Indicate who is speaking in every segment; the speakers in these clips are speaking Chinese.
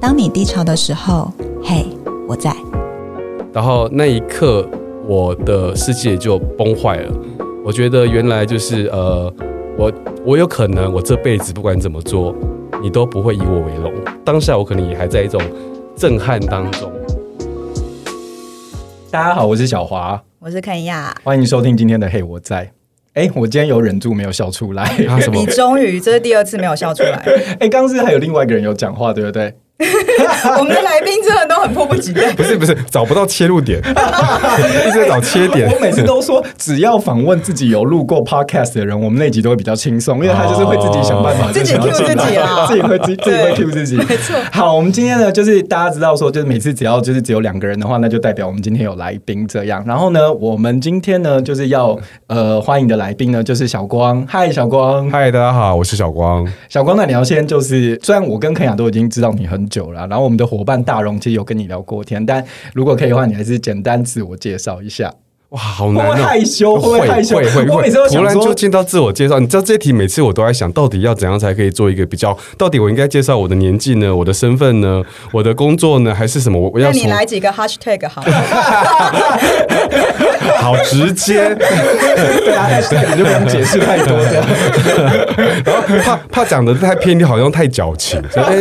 Speaker 1: 当你低潮的时候，嘿，我在。
Speaker 2: 然后那一刻，我的世界就崩坏了。我觉得原来就是呃，我我有可能我这辈子不管怎么做，你都不会以我为荣。当下我可能也还在一种震撼当中。
Speaker 3: 大家好，我是小华，
Speaker 1: 我是肯亚，
Speaker 3: 欢迎收听今天的《嘿我在》。哎，我今天有忍住没有笑出来。
Speaker 2: 啊 什么
Speaker 1: 你终于这是第二次没有笑出来。
Speaker 3: 哎，刚刚是还有另外一个人有讲话，对不对？
Speaker 1: 我们的来宾真的都很迫不及待。
Speaker 4: 不是不是，找不到切入点， 一直在找切点
Speaker 3: 我。每次都说，只要访问自己有录过 podcast 的人，我们那集都会比较轻松，因为他就是会自己想办法，
Speaker 1: 自己
Speaker 3: 就想要
Speaker 1: cue
Speaker 3: 进来
Speaker 1: 自己 啊啦
Speaker 3: 自己会自己自己会 Q 自己。哦没
Speaker 1: 错。
Speaker 3: 好，我们今天呢，就是大家知道说，就是每次只要就是只有两个人的话，那就代表我们今天有来宾这样。然后呢，我们今天呢，就是要呃欢迎的来宾呢，就是小光。嗨，小光。
Speaker 4: 嗨，大家好，我是小光。
Speaker 3: 小光，那你要先就是，虽然我跟肯雅都已经知道你很久了，然后我们的伙伴大荣其实有跟你聊过天，但如果可以的话，你还是简单自我介绍一下。
Speaker 4: 哇，好
Speaker 3: 会
Speaker 4: 难
Speaker 3: 不
Speaker 4: 哦、
Speaker 3: 会害羞？会不会害羞？
Speaker 4: 会会
Speaker 3: 我每次都
Speaker 4: 突
Speaker 3: 想
Speaker 4: 然就
Speaker 3: 说，
Speaker 4: 进到自我介绍，你知道这题每次我都在想，到底要怎样才可以做一个比较？到底我应该介绍我的年纪呢？我的身份 呢？我的工作呢？还是什么？我我
Speaker 1: 那
Speaker 4: 要
Speaker 1: 你
Speaker 4: 从
Speaker 1: 来几个 hashtag 好了，
Speaker 4: 好直接，
Speaker 3: 对啊，hashtag 你就不用解释太多这样。
Speaker 4: 然后怕怕讲的太偏离，好像太矫 情。所以哎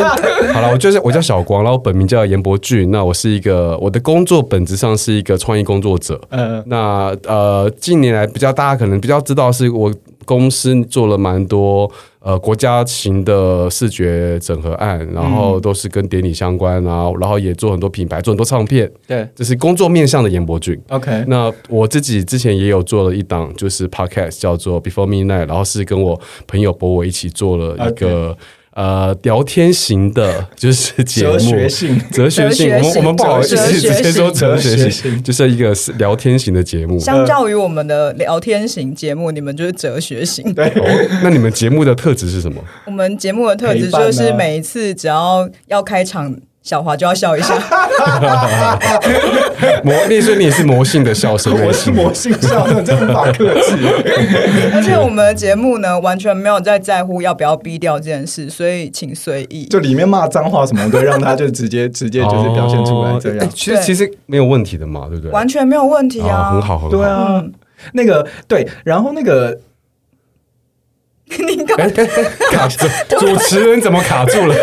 Speaker 4: 好了，我就是我叫小光，然后本名叫严博俊。那我是一个我的工作本质上是一个创意工作者。
Speaker 3: 呃，
Speaker 4: 那呃，近年来比较大家可能比较知道，是我公司做了蛮多呃国家型的视觉整合案，然后都是跟典礼相关啊，然后也做很多品牌，做很多唱片，
Speaker 3: 对
Speaker 4: 这是工作面向的严伯俊。
Speaker 3: ，OK，
Speaker 4: 那我自己之前也有做了一档，就是 podcast 叫做 Before Midnight，然后是跟我朋友博伟一起做了一个呃聊天型的，就是节目
Speaker 3: 哲学性
Speaker 4: 哲学性，
Speaker 1: 哲学
Speaker 4: 我
Speaker 1: 性
Speaker 4: 们我们不好意思
Speaker 1: 哲学性
Speaker 4: 直接说哲
Speaker 3: 哲
Speaker 4: 学
Speaker 3: 学
Speaker 4: 型，
Speaker 3: 性
Speaker 4: 就是一个聊天型的节目。
Speaker 1: 相较于我们的聊天型节目，你们就是哲学型。
Speaker 4: 哦，那你们节目的特质是什么？
Speaker 1: 我们节目的特质
Speaker 3: 陪伴啊
Speaker 1: 就是每一次只要要开场，小华就要笑一 下。
Speaker 4: 魔，那所以你也是魔性的笑声，
Speaker 3: 我是魔性笑声，真的无法克制。
Speaker 1: 而且我们的节目呢，完全没有在在乎要不要逼掉这件事，所以请随意。
Speaker 3: 就里面骂脏话什么，都让他就直接直接就是表现出来这
Speaker 4: 哦哎
Speaker 3: 样。
Speaker 4: 其实
Speaker 1: 对
Speaker 4: 其实没有问题的嘛，对不对？
Speaker 1: 完全没有问题啊，
Speaker 4: 哦很。好很好。
Speaker 3: 对啊，那个对，然后那个
Speaker 1: 你干 嘛
Speaker 4: 哎，哎哎 卡 住，主持人怎么卡住了？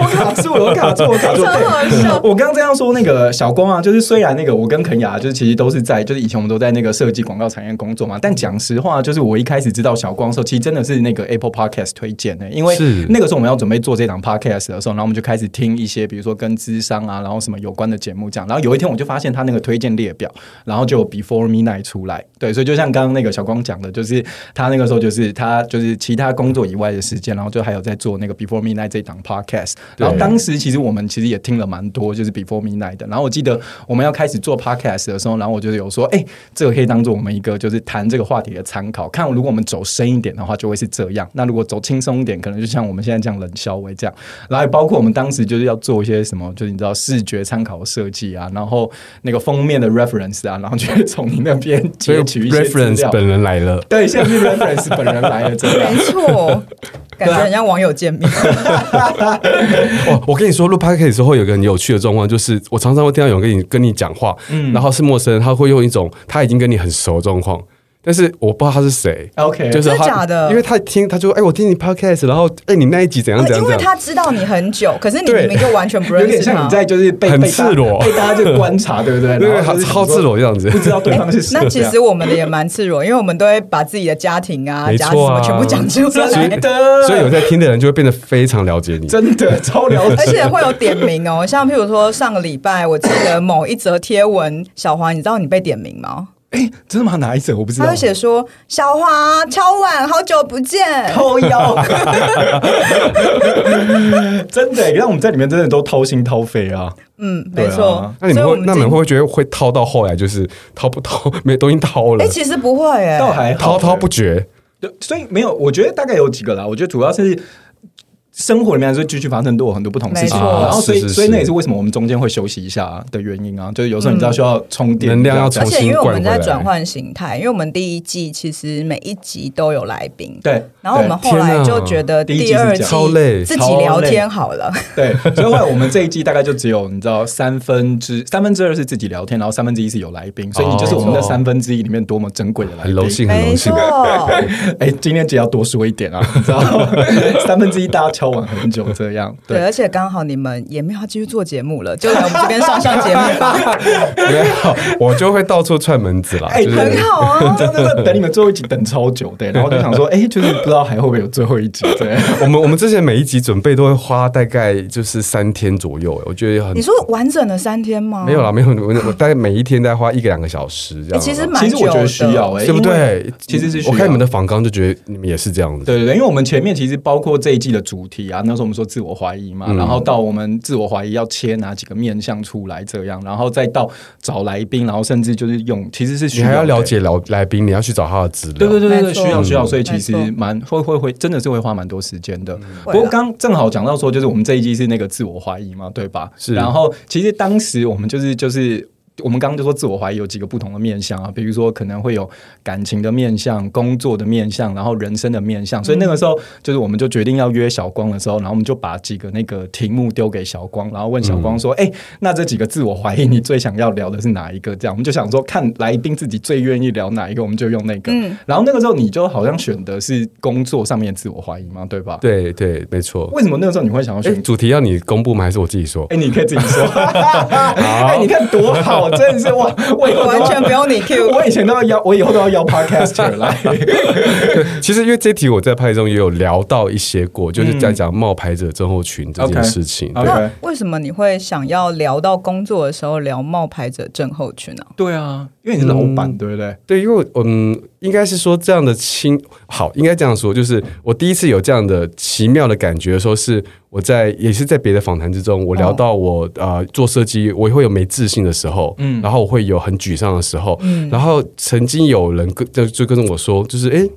Speaker 3: 我卡住了，我卡住，我卡住。
Speaker 1: 超好
Speaker 3: 对
Speaker 1: 笑
Speaker 3: 我刚刚这样说，那个小光啊，就是虽然那个我跟肯雅，就是其实都是在，就是以前我们都在那个设计广告产业工作嘛，但讲实话，就是我一开始知道小光的时候，其实真的是那个 Apple Podcast 推荐的、因为
Speaker 4: 是
Speaker 3: 那个时候我们要准备做这档 Podcast 的时候，然后我们就开始听一些比如说跟智商啊，然后什么有关的节目这样，然后有一天我就发现他那个推荐列表，然后就有 Before Midnight 出来，对，所以就像刚刚那个小光讲的，就是他那个时候就是他就是其他工作以外的时间，然后就还有在做那个 Before Midnight 这档 Podcast，
Speaker 4: 对
Speaker 3: 然后当时其实我们其实也听了蛮多，就是 Before Midnight 的。然后我记得我们要开始做 podcast 的时候，然后我就有说，哎、这个可以当做我们一个就是谈这个话题的参考。看如果我们走深一点的话，就会是这样；那如果走轻松一点，可能就像我们现在这样冷消微这样。然后也包括我们当时就是要做一些什么，就是你知道视觉参考设计啊，然后那个封面的 reference 啊，然后就会从你那边
Speaker 4: 所以
Speaker 3: 截取一些资
Speaker 4: reference
Speaker 3: 料。
Speaker 4: 本人来了。
Speaker 3: 对，现在是 reference 本人来了，真 的。
Speaker 1: 没错，感觉很像网友见面。
Speaker 3: 哦
Speaker 4: 我我跟你说，录 p o d c a s 时候有个很有趣的状况，就是我常常会听到有人跟你跟你讲话，
Speaker 3: 嗯
Speaker 4: 然后是陌生人，他会用一种他已经跟你很熟的状况，但是我不知道他是谁。
Speaker 3: OK，
Speaker 4: 就是他
Speaker 1: 真的假的
Speaker 4: 因为他听，他就哎、我听你 podcast，然后哎、你那一集怎样怎样
Speaker 1: 因为
Speaker 4: 怎样，
Speaker 1: 他知道你很久，可是你
Speaker 4: 对
Speaker 1: 明明就完 全不
Speaker 3: 有
Speaker 1: 认
Speaker 3: 点
Speaker 1: 识
Speaker 3: 像
Speaker 1: 他
Speaker 3: 你。在就是被
Speaker 4: 很
Speaker 3: 被大
Speaker 4: 赤裸
Speaker 3: 被大家就观察，对不 对？
Speaker 4: 对
Speaker 3: 然后
Speaker 4: 他
Speaker 3: 就是
Speaker 4: 超赤裸这样子
Speaker 3: 不。知道对方是谁。
Speaker 1: 哎那其实我们的也蛮赤裸，因为我们都会把自己的家庭啊、
Speaker 4: 没
Speaker 1: 家
Speaker 4: 错啊
Speaker 1: 什么全部讲出
Speaker 3: 真
Speaker 1: 来，
Speaker 3: 的，
Speaker 4: 所以有在听的人就会变得非常了解你。
Speaker 3: 真的超 了
Speaker 1: 而
Speaker 3: 解。
Speaker 1: 且会有点名哦。像譬如说上个礼拜，我记得某一则贴文，小黄，你知道你被点名吗？
Speaker 3: 哎，真的吗？哪一则我不知
Speaker 1: 他
Speaker 3: 道
Speaker 1: 就。写说：“小华，超晚，好久不见。
Speaker 3: 偷腰， 真的，让我们在里面真的都掏心掏肺啊！”
Speaker 1: 嗯，
Speaker 3: 对
Speaker 1: 没
Speaker 3: 啊
Speaker 1: 错。
Speaker 4: 那你
Speaker 1: 所以
Speaker 4: 们
Speaker 1: 我
Speaker 4: 会，那你
Speaker 1: 今
Speaker 4: 们会不会觉得会掏到后来就是掏不掏，没都已经掏了
Speaker 1: 哎，，其实不会哎，
Speaker 3: 倒还好，
Speaker 4: 滔滔不绝。
Speaker 3: 对，所以没有，我觉得大概有几个啦。我觉得主要是生活里面就继续发生都有很多不同事情，
Speaker 1: 没错
Speaker 3: 然后所以
Speaker 4: 是是
Speaker 3: 所以那
Speaker 4: 是
Speaker 3: 也是为什么我们中间会休息一下啊的原因啊，就是有时候你知道需要充电，
Speaker 4: 能量要
Speaker 3: 你知道
Speaker 1: 嗯而
Speaker 4: 重
Speaker 1: 且因为我们
Speaker 4: 重新灌回来
Speaker 1: 在转换形态，因为我们第一季其实每一集都有来宾，
Speaker 3: 对，
Speaker 1: 然后我们后来
Speaker 4: 天啊
Speaker 1: 就觉得
Speaker 3: 第一季
Speaker 1: 第二
Speaker 3: 是这
Speaker 1: 季
Speaker 3: 样
Speaker 4: 超累
Speaker 1: 自己聊天好了，
Speaker 3: 对，对所以后来我们这一季大概就只有你知道三分之三分之二是自己聊天，然后三分之一是有来宾，所以你就是我们的
Speaker 4: 哦
Speaker 3: 三分之一里面多么珍贵的来
Speaker 4: 很
Speaker 3: 宾。
Speaker 4: 荣幸，很
Speaker 1: 没
Speaker 4: 荣
Speaker 1: 错
Speaker 4: 幸。，
Speaker 3: 哎，今天只要多说一点啊，你知道， 三分之一大家敲完很久这样，
Speaker 1: 对，
Speaker 3: 对。
Speaker 1: 而且刚好你们也没有要继续做节目了，就来我们这边上上节目吧，
Speaker 4: 没有，我就会到处串门子啦。
Speaker 3: 哎
Speaker 4: 就是
Speaker 1: 很好啊
Speaker 3: 你。知道那个等你们最后一集等超久的，然后就想说，哎，就是不知道还会不会有最后一集 这样。
Speaker 4: 我们我们之前每一集准备都会花大概就是三天左右，哎我觉得很
Speaker 1: 你说完整的三天吗？
Speaker 4: 没有啦，没有，我我大概每一天大概花一个两个小时这样啦。
Speaker 1: 哎，其实蛮
Speaker 3: 其实
Speaker 1: 久
Speaker 3: 我觉
Speaker 1: 的，
Speaker 3: 得需要
Speaker 4: 对
Speaker 3: 哎、
Speaker 4: 不
Speaker 3: 因为
Speaker 4: 对？
Speaker 3: 其实是需要
Speaker 4: 我看你们的访纲就觉得你们也是这样子。
Speaker 3: 对对对，因为我们前面其实包括这一季的主题啊，那时候我们说自我怀疑嘛，然后到我们自我怀疑要切哪几个面向出来这样，然后再到找来宾，然后甚至就是用，其实是需
Speaker 4: 你还要
Speaker 3: 的
Speaker 4: 了。解来来宾，你要去找他的资料。
Speaker 3: 对对对对
Speaker 1: 没
Speaker 3: 对，
Speaker 1: 错
Speaker 3: 需要需要，所以其实
Speaker 1: 没错
Speaker 3: 蛮会会会，真的是会花蛮多时间的。不
Speaker 1: 会啊
Speaker 3: 过刚正好讲到说，就是我们这一季是那个自我怀疑嘛，对吧？
Speaker 4: 是
Speaker 3: 然后其实当时我们就是就是。我们刚刚就说自我怀疑有几个不同的面向啊，比如说可能会有感情的面向、工作的面向，然后人生的面向。所以那个时候就是我们就决定要约小光的时候，然后我们就把几个那个题目丢给小光，然后问小光说：“哎、那这几个自我怀疑你最想要聊的是哪一个？”这样我们就想说，看来宾自己最愿意聊哪一个，我们就用那个。
Speaker 1: 嗯
Speaker 3: 然后那个时候你就好像选的是工作上面的自我怀疑嘛，对吧？。
Speaker 4: 对对，没错。
Speaker 3: 为什么那个时候你会想要
Speaker 4: 哎，
Speaker 3: 选
Speaker 4: 主题要你公布吗？还是我自己说？
Speaker 3: 哎、你可以自己 说。哎、你看多好，真的是哇！我以后都要
Speaker 1: 完全不用 你 Q，
Speaker 3: 我以前都要邀，我以后都要邀 podcaster 来。
Speaker 4: 其实因为这题我在拍中也有聊到一些过，就是在讲冒牌者症候群这件事情。
Speaker 3: 嗯 OK
Speaker 1: 那为什么你会想要聊到工作的时候聊冒牌者症候群呢、
Speaker 3: 对啊，因为你是老板，对不对？
Speaker 4: 对，因为我嗯，应该是说这样的亲好，应该这样说，就是我第一次有这样的奇妙的感觉的时候，是我在也是在别的访谈之中，我
Speaker 1: 哦
Speaker 4: 聊到我、呃做设计，我会有没自信的时候，嗯，然后我会有很沮丧的时候，嗯，然后曾经有人跟就就跟我说，就是哎。诶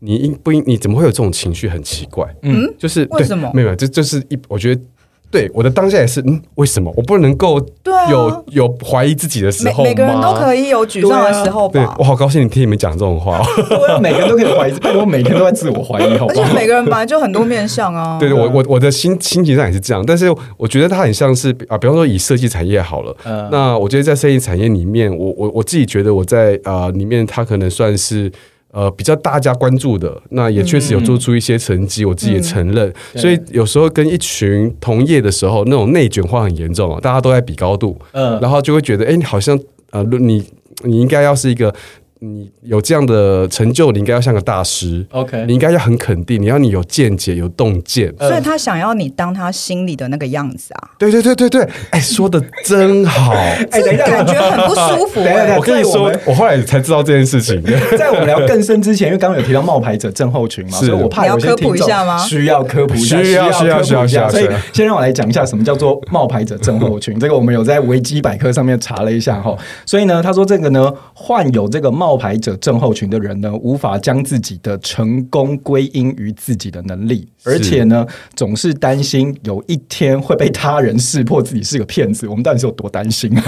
Speaker 4: 你应不应？你怎么会有这种情绪？很奇怪，嗯，就是
Speaker 1: 为
Speaker 4: 对
Speaker 1: 什么
Speaker 4: 没有，没有这这是一，我觉得对我的当下也是，嗯，为什么我不能够
Speaker 1: 对啊
Speaker 4: 有有怀疑自己的时
Speaker 1: 每
Speaker 4: 候吗？
Speaker 1: 每个人都可以有沮丧的时候
Speaker 4: 对
Speaker 1: 哦
Speaker 3: 啊
Speaker 1: 吧，
Speaker 4: 我好高兴你听你们讲这种话、哦。
Speaker 3: 对啊，每个人都可以怀疑，拜托，每个人都在自我怀疑，好
Speaker 1: 而
Speaker 3: 不
Speaker 1: 且
Speaker 3: 好？
Speaker 1: 每个人本来就很多面 相啊。
Speaker 4: 对对，我我我的心心情上也是这样，但是我觉得它很像是啊，比方说以设计产业好了，
Speaker 3: 嗯
Speaker 4: 那我觉得在设计产业里面，我我我自己觉得我在啊里面，它可能算是。呃，比较大家关注的，那也确实有做出一些成绩，我自己也承认。所以有时候跟一群同业的时候，那种内卷化很严重啊，大家都在比高度，
Speaker 3: 嗯
Speaker 4: 然后就会觉得，哎、你好像呃，你你应该要是一个，你有这样的成就，你应该要像个大师。
Speaker 3: ，OK，嗯
Speaker 4: 你应该要很肯定，你要你有见解、有洞见。
Speaker 1: 所
Speaker 3: 呃
Speaker 1: 以他想要你当他心里的那个样子啊，
Speaker 4: 对对对对对，哎，说的真好。
Speaker 3: 哎，等一
Speaker 1: 这
Speaker 3: 下，
Speaker 1: 感觉很不舒 服、
Speaker 3: 等一下等一
Speaker 1: 哎
Speaker 3: 下
Speaker 4: 我跟你
Speaker 3: 在我
Speaker 4: 说
Speaker 3: 们，
Speaker 4: 我后来才知道这件事 情。
Speaker 3: 在我们聊更深之前，因为刚刚有提到冒牌者症候群嘛，
Speaker 4: 是
Speaker 3: 所以我怕有些听
Speaker 1: 你要科普一
Speaker 3: 众
Speaker 1: 下吗
Speaker 3: 需要科普一下，
Speaker 4: 需要
Speaker 3: 科普一
Speaker 4: 需要需要
Speaker 3: 所以
Speaker 4: 需要
Speaker 3: 先让我来讲一下什么叫做冒牌者症 候群。这个我们有在维基百科上面查了一下哈，所以呢，他说这个呢，患有这个冒牌者症候群的人呢，无法将自己的成功归因于自己的能力，
Speaker 4: 是
Speaker 3: 而且呢，总是担心有一天会被他人识破自己是个骗子。我们到底是有多担心啊？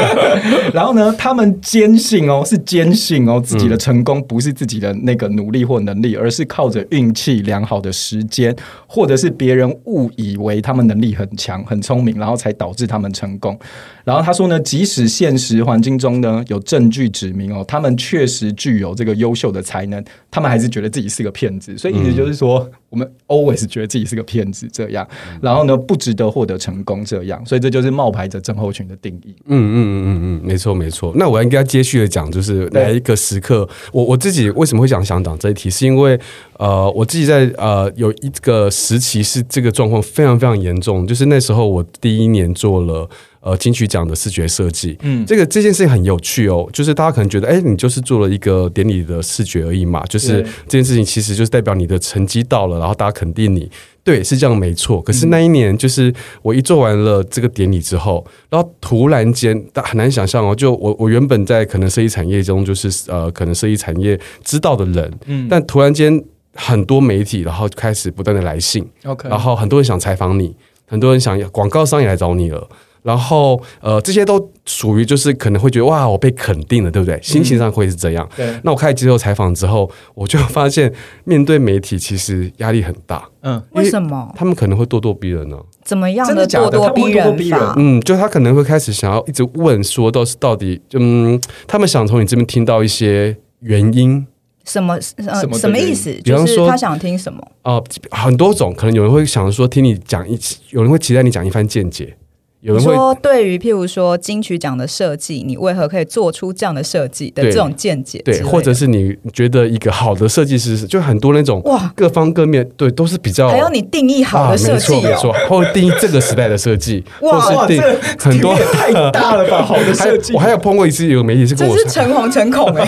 Speaker 3: 然后呢，他们坚信哦，是坚信哦，自己的成功不是自己的那个努力或能力，而是靠着运气、良好的时间，或者是别人误以为他们能力很强、很聪明，然后才导致他们成功。然后他说呢，即使现实环境中呢有证据指明哦，他们确实具有这个优秀的才能，他们还是觉得自己是个骗子。所以意思就是说，
Speaker 4: 嗯
Speaker 3: 我们 always 觉得自己是个骗子这样，然后呢不值得获得成功这样，所以这就是冒牌者症候群的定义。
Speaker 4: 嗯嗯嗯嗯嗯，没错没错。那我应该接续的讲，就是
Speaker 3: 对
Speaker 4: 哪一个时刻，我我自己为什么会想想讲这一题，是因为呃，我自己在呃有一个时期是这个状况非常非常严重，就是那时候我第一年做了。呃，金曲奖的视觉设计，嗯，这个这件事情很有趣哦，就是大家可能觉得，哎，你就是做了一个典礼的视觉而已嘛，就是
Speaker 3: 对
Speaker 4: 这件事情其实就是代表你的成绩到了，然后大家肯定你，对，是这样没错。可是那一年，就是我一做完了这个典礼之后，然后突然间，大很难想象哦。就我我原
Speaker 3: 嗯
Speaker 4: 本在可能设计产业中，就是呃，可能设计产业知道的人，但突然间很多媒体，然后开始不断的来信，
Speaker 3: OK，
Speaker 4: 然后很多人想采访你，很多人想广告商也来找你了。然后，呃，这些都属于就是可能会觉得哇，我被肯定了，对不对？心情上会是这样。
Speaker 3: 对，
Speaker 4: 那我开始接受采访之后，我就发现面对媒体其实压力很大，
Speaker 3: 嗯，
Speaker 1: 为什么？
Speaker 4: 他们可能会咄咄逼人呢、
Speaker 1: 怎么样
Speaker 3: 真的假
Speaker 1: 咄
Speaker 3: 的
Speaker 1: 咄
Speaker 3: 他们
Speaker 1: 逼
Speaker 3: 会咄咄逼
Speaker 1: 人法？
Speaker 4: 嗯，就他可能会开始想要一直问说到是到底，嗯，他们想从你这边听到一些原因
Speaker 1: 什么呃
Speaker 3: 什么的
Speaker 1: 什么
Speaker 3: 原
Speaker 1: 意
Speaker 3: 因
Speaker 1: 思？
Speaker 4: 比
Speaker 1: 就
Speaker 4: 方
Speaker 1: 是
Speaker 4: 说
Speaker 1: 他想听什么？
Speaker 4: 啊、很多种，可能有人会想说听你讲一，有人会期待你讲一番见解，有
Speaker 1: 你
Speaker 4: 人会
Speaker 1: 说对于譬如说金曲奖的设计，你为何可以做出这样的设计的
Speaker 4: 对
Speaker 1: 这种见解之类
Speaker 4: 对，
Speaker 1: 的？
Speaker 4: 或者是你觉得一个好的设计师是，就很多那种
Speaker 1: 哇
Speaker 4: 各方各面对都是比较
Speaker 1: 还有你定义好的设计
Speaker 4: 哦啊、没错没
Speaker 1: 哦，
Speaker 4: 错，或定义这个时代的设计，
Speaker 1: 哇
Speaker 4: 或
Speaker 3: 哇，
Speaker 4: 是定
Speaker 3: 这
Speaker 4: 很多
Speaker 3: 题目也太大了吧？好的
Speaker 4: 还有
Speaker 3: 设计，
Speaker 4: 我 还有碰过一次，有个媒体是跟
Speaker 1: 真
Speaker 4: 我
Speaker 1: 是诚惶诚恐 哎，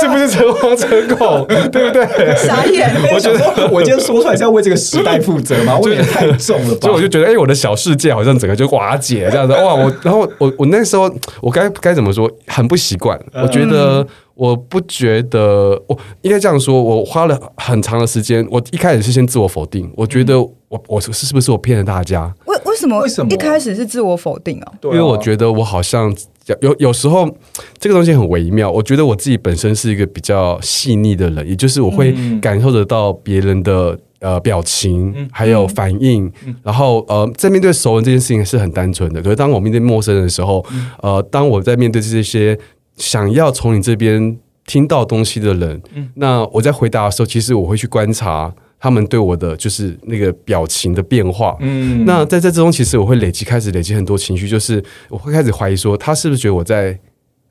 Speaker 4: 是不是诚惶诚恐，对不对？
Speaker 1: 傻 眼。
Speaker 3: 我觉得我今天说出来是要为这个时代负责 吗？我也太重了吧？
Speaker 4: 所以我就觉得，哎、我的小世界好像整个就瓦解了这样子。哇，我然后我我那时候我该该怎么说，很不习惯。我觉得我不觉得，我应该这样说，我花了很长的时间。我一开始是先自我否定，我觉得我我是是不是我骗了大家？
Speaker 1: 为为什么
Speaker 3: 为什么
Speaker 1: 一开始是自我否定哦？
Speaker 3: 对啊
Speaker 4: 因为我觉得我好像有有时候这个东西很微妙。我觉得我自己本身是一个比较细腻的人，也就是我会
Speaker 3: 嗯
Speaker 4: 感受得到别人的。呃，表情还有
Speaker 3: 嗯
Speaker 4: 反应，然后呃，在面对熟人这件事情是很单纯的。可是当我面对陌生人的时候，
Speaker 3: 嗯
Speaker 4: 呃，当我在面对这些想要从你这边听到东西的人，
Speaker 3: 嗯
Speaker 4: 那我在回答的时候，其实我会去观察他们对我的就是那个表情的变化，
Speaker 3: 嗯
Speaker 4: 那在这之中，其实我会累积，开始累积很多情绪，就是我会开始怀疑说，他是不是觉得我在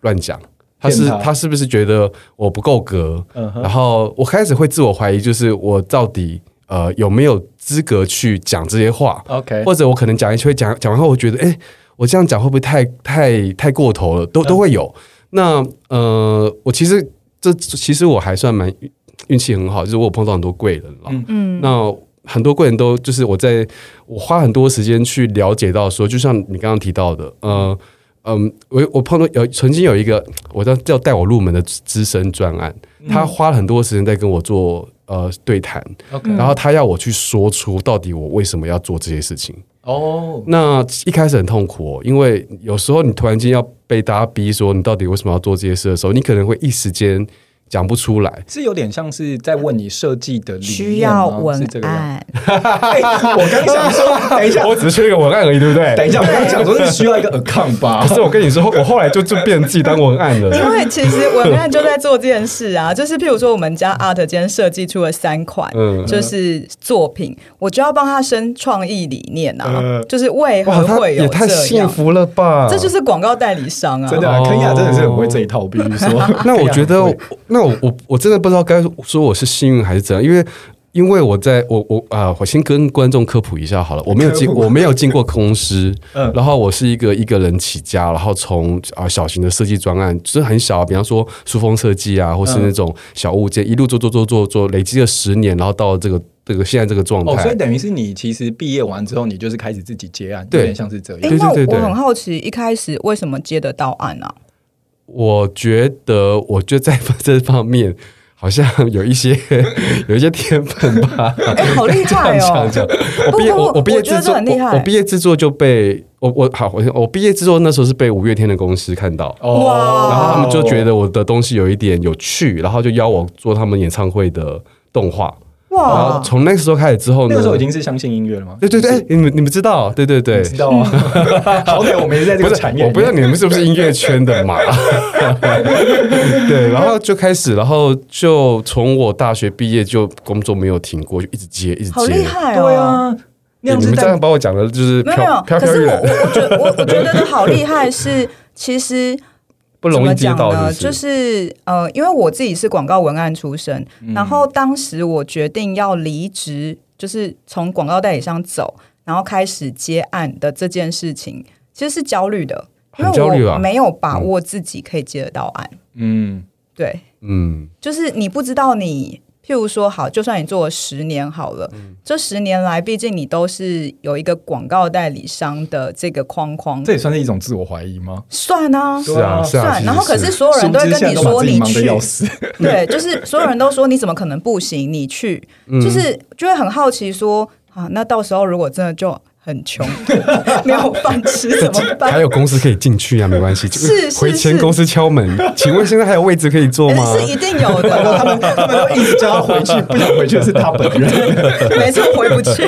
Speaker 4: 乱讲？他是
Speaker 3: 骗他
Speaker 4: 他是不是觉得我不够格？
Speaker 3: 嗯哼
Speaker 4: 然后我开始会自我怀疑，就是我到底呃有没有资格去讲这些话？
Speaker 3: OK，
Speaker 4: 或者我可能讲一些讲讲完后，我觉得哎、诶我这样讲会不会太太太过头了？都都会有。那呃，我其实这其实我还算蛮运运气很好，就是我有碰到很多贵人了。
Speaker 1: 嗯，
Speaker 4: 那很多贵人都就是我在我花很多时间去了解到说，就像你刚刚提到的，呃。嗯，我我碰到有曾经有一个我叫叫带我入门的资深专案，他花了很多时间在跟我做呃对谈，
Speaker 3: OK，
Speaker 4: 然后他要我去说出到底我为什么要做这些事情。
Speaker 3: 哦，
Speaker 4: 那一开始很痛苦、哦，因为有时候你突然间要被大家逼说你到底为什么要做这些事的时候，你可能会一时间讲不出来。
Speaker 3: 是有点像是在问你设计的理念
Speaker 1: 需要
Speaker 3: 吗
Speaker 1: 文
Speaker 3: 是这个样子。
Speaker 1: 案，
Speaker 3: 哎我刚想 说，等一下，
Speaker 4: 我只是缺一个文案而已，对不对？
Speaker 3: 等一下，我刚想说是需要一 个 account 吧
Speaker 4: 可？是我跟你说，我后来就就变自己当文案了。
Speaker 1: 因为其实文案就在做这件事 啊，就是譬如说我们家 art 今天设计出了三款，
Speaker 4: 嗯
Speaker 1: 就是作品，我就要帮他生创意理念啊，
Speaker 3: 呃
Speaker 1: 就是为
Speaker 4: 哇，
Speaker 1: 何
Speaker 4: 他
Speaker 1: 会有
Speaker 4: 也太
Speaker 1: 这
Speaker 4: 幸
Speaker 1: 样，
Speaker 4: 福了吧！
Speaker 1: 这就是广告代理商啊，
Speaker 3: 真的啊，
Speaker 4: 哦。
Speaker 3: 肯亚真的是很会这一套，我必须说
Speaker 4: 那我觉 得，那我我我真的不知道该说我是幸运还是怎样，因为因为我在我我啊、我先跟观众科普一下好了，我没有进
Speaker 3: 科普
Speaker 4: 我没有进过公司，
Speaker 3: 嗯
Speaker 4: 然后我是一个一个人起家，然后从啊、小型的设计专案，就是很小，比方说书封设计啊，或是
Speaker 3: 嗯
Speaker 4: 那种小物件，一路做做做做做，累积了十年，然后到了这个这个现在这个状态。
Speaker 3: 哦，所以等于是你其实毕业完之后，你就是开始自己接案，
Speaker 4: 对
Speaker 3: 有点像是这
Speaker 1: 诶
Speaker 3: 样。
Speaker 4: 对
Speaker 1: 哎那
Speaker 4: 对对对
Speaker 1: 我很好奇，一开始为什么接得到案 啊？
Speaker 4: 我觉得，我就在 这方面好像有一些 有一些天分吧。
Speaker 1: 哎、好厉害哦！
Speaker 4: 这样我
Speaker 1: 不
Speaker 4: 毕业，
Speaker 1: 不
Speaker 4: 我
Speaker 1: 不
Speaker 4: 我毕业
Speaker 1: 我觉
Speaker 4: 制
Speaker 1: 得这
Speaker 4: 作，
Speaker 1: 很厉害
Speaker 4: 我我毕业制作就被我我好，我先我毕业制作那时候是被五月天的公司看到，
Speaker 3: 哦
Speaker 1: 哇
Speaker 4: 然后他们就觉得
Speaker 1: 哦
Speaker 4: 我的东西有一点有趣，然后就邀我做他们演唱会的动画。然后
Speaker 1: 哇，
Speaker 4: 从那个时候开始之后呢，
Speaker 3: 那个时候已经是相信音乐了吗？
Speaker 4: 对对对，哎你们你们知道，对对对
Speaker 3: 你，知道 啊，好歹我们也是在这
Speaker 4: 不
Speaker 3: 个
Speaker 4: 是
Speaker 3: 产业，
Speaker 4: 我不知道你们是不是音乐圈的 嘛？对，然后就开始，然后就从我大学毕业就工作没有停过，就一直接一直
Speaker 1: 好厉
Speaker 4: 接。
Speaker 1: 害哦！
Speaker 3: 对啊，那样
Speaker 4: 你
Speaker 3: 子
Speaker 4: 们这
Speaker 3: 在
Speaker 4: 样把我讲的就是
Speaker 1: 没有没
Speaker 4: 飘
Speaker 1: 有，
Speaker 4: 飘
Speaker 1: 可
Speaker 4: 飘
Speaker 1: 是
Speaker 4: 欲
Speaker 1: 我
Speaker 4: 来，
Speaker 1: 我我觉得我我觉得好厉 害是，其实
Speaker 4: 不
Speaker 1: 怎
Speaker 4: 容
Speaker 1: 么
Speaker 4: 易接
Speaker 1: 讲
Speaker 4: 到
Speaker 1: 呢？
Speaker 4: 是不
Speaker 1: 就是是呃，因为我自己是广告文案出身，
Speaker 4: 嗯
Speaker 1: 然后当时我决定要离职，就是从广告代理商走，然后开始接案的这件事情，其实是焦虑的，因
Speaker 4: 很焦虑
Speaker 1: 为
Speaker 4: 啊
Speaker 1: 我没有把握自己可以接得到案，
Speaker 3: 嗯
Speaker 1: 对，
Speaker 4: 嗯，
Speaker 1: 就是你不知道你。譬如说，好，就算你做了十年好了，
Speaker 4: 嗯
Speaker 1: 这十年来，毕竟你都是有一个广告代理商的这个框框
Speaker 3: 这，也算是一种自我怀疑吗？
Speaker 1: 算啊。
Speaker 4: 是啊，是啊，
Speaker 1: 算，然后可是
Speaker 4: 是
Speaker 1: 所有人都会跟你
Speaker 3: 殊
Speaker 1: 说
Speaker 3: 不知现在都把
Speaker 1: 你
Speaker 3: 自己忙得
Speaker 1: 去
Speaker 3: 要，死，
Speaker 1: 对，就是所有人都说你怎么可能不行？你去，
Speaker 4: 嗯
Speaker 1: 就是就会很好奇说啊，那到时候如果真的就很穷， 没有饭吃怎么
Speaker 4: 还
Speaker 1: 办？
Speaker 4: 有公司可以进去啊，没关系，
Speaker 1: 是是哎
Speaker 4: 回前公司敲门，请问现在还有位置可以坐吗？
Speaker 1: 是一定 有的，
Speaker 3: 他们他们都一直 叫他回去，不想回去的是他本人。
Speaker 1: 没错，回不去。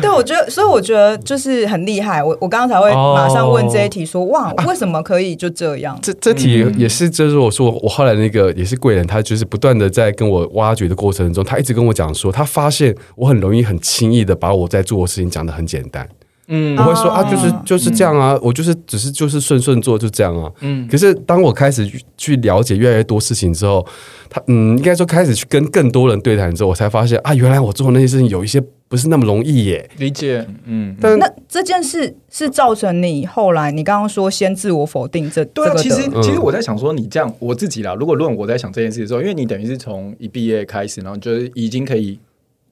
Speaker 1: 对，我觉得，所以我觉得就是很厉害。我我刚刚才会马上问这一题说，哇，为什么可以就这样？
Speaker 4: 这这题
Speaker 3: 嗯
Speaker 4: 也是，就是我说我后来那个也是贵人，他就是不断的在跟我挖掘的过程中，他一直跟我讲说，他发现我很容易很轻易的把我在做的事情讲的很简单，
Speaker 3: 嗯
Speaker 4: 我会说啊，
Speaker 1: 哦
Speaker 4: 就是就是这样啊，我就是只是就是顺顺做就这样啊。
Speaker 3: 嗯
Speaker 4: 可是当我开始去去了解越来越多事情之后，他嗯，应该说开始去跟更多人对谈之后，我才发现啊，原来我做的那些事情有一些不是那么容易耶。
Speaker 3: 理解，嗯，
Speaker 4: 但
Speaker 1: 那这件事是造成你后来你刚刚说先自我否定这
Speaker 3: 对啊，
Speaker 1: 这
Speaker 3: 其
Speaker 1: 个
Speaker 3: 实
Speaker 1: 的，
Speaker 3: 其实我在想说，你这样我自己啦，如果论我在想这件事的时候，因为你等于是从一毕业开始，然后就是已经可以。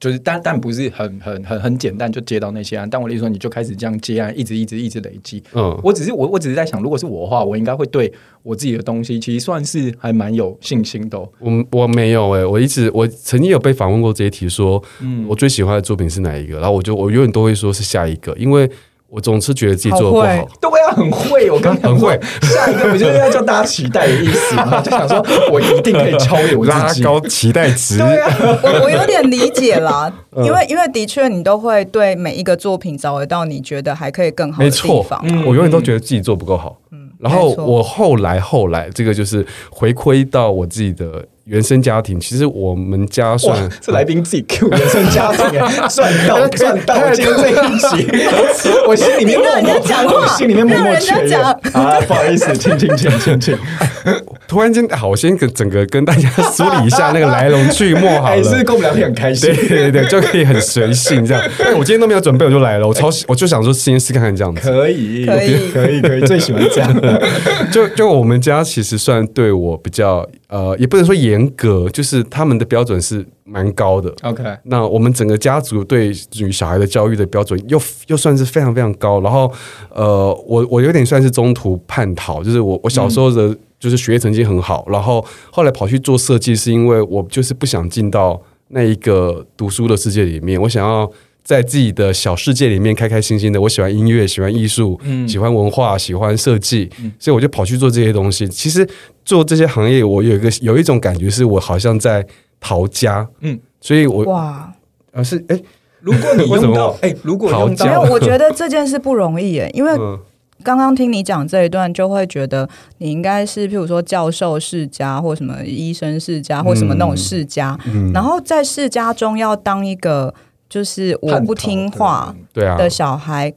Speaker 3: 就是但但不是很很很很简单就接到那些案，但我的意思说你就开始这样接案，一直一直一直累积。
Speaker 4: 嗯，
Speaker 3: 我只是我我只是在想，如果是我的话，我应该会对我自己的东西其实算是还蛮有信心的哦、
Speaker 4: 我我没有哎、我一直我曾经有被访问过这一题说，我最喜欢的作品是哪一个？然后我就我永远都会说是下一个，因为我总是觉得自己做的不
Speaker 1: 好
Speaker 4: 好
Speaker 1: 会。
Speaker 3: 对啊，很会，我刚刚
Speaker 4: 很会，
Speaker 3: 下一个不就是要叫大家期待的意思吗？就想说我一定可以超越我
Speaker 4: 拉
Speaker 3: 自己。
Speaker 4: 高期待值，
Speaker 3: 对啊，
Speaker 1: 我我有点理解 啦，
Speaker 3: 嗯
Speaker 1: 因为因为的确你都会对每一个作品找得到你觉得还可以更好
Speaker 4: 没
Speaker 1: 的地
Speaker 4: 错
Speaker 1: 方，
Speaker 3: 嗯
Speaker 4: 我永远都觉得自己做不够好。然后
Speaker 1: 没错
Speaker 4: 我后来后来，这个就是回馈到我自己的原生家庭。其实我们家算
Speaker 3: 哇，这来宾自己 Q 原生家庭哎，赚到赚到！今天这一集，我心里面
Speaker 1: 你让
Speaker 3: 默
Speaker 1: 人家
Speaker 3: 默
Speaker 1: 讲话
Speaker 3: 我心里面默默
Speaker 1: 让人家
Speaker 3: 确 认啊，不好意思，请请请请请，
Speaker 4: 突然间，好，我先跟整个跟大家梳理一下那个来龙去脉 好
Speaker 3: 还
Speaker 4: 了。
Speaker 3: 是跟我们聊天很开心
Speaker 4: 对。对对，就可以很随性这样。哎，我今天都没有准备，我就来了。我超喜，我就想说先试看看这样子。
Speaker 3: 可以，
Speaker 1: 可以
Speaker 3: 可以，可以，最喜欢 这样了。
Speaker 4: 就就我们家其实算对我比较呃，也不能说严格，就是他们的标准是蛮高的。
Speaker 3: OK，
Speaker 4: 那我们整个家族对于小孩的教育的标准又又算是非常非常高。然后，呃，我我有点算是中途叛逃，就是我我小时候的就是学业成绩很好，然后后来跑去做设计，是因为我就是不想进到那一个读书的世界里面，我想要。在自己的小世界里面开开心心的，我喜欢音乐，喜欢艺术，喜欢文化，喜欢设计，所以我就跑去做这些东西。其实做这些行业，我有一个有一种感觉，是我好像在逃家，嗯
Speaker 3: 嗯，
Speaker 4: 所以我
Speaker 1: 哇！
Speaker 4: 啊，是哎、
Speaker 3: 如果你
Speaker 4: 为什
Speaker 3: 用
Speaker 4: 么
Speaker 3: 到，哎，如果
Speaker 4: 好
Speaker 3: 用
Speaker 1: 没有，
Speaker 3: 到，
Speaker 1: 我觉得这件事不容易耶，因为
Speaker 4: 嗯，
Speaker 1: 刚刚听你讲这一段，就会觉得你应该是譬如说教授世家，或什么医生世家，或什么那种世家，
Speaker 4: 嗯
Speaker 1: 然后在世家中要当一个就是我不听话
Speaker 4: 对啊，
Speaker 1: 的小孩，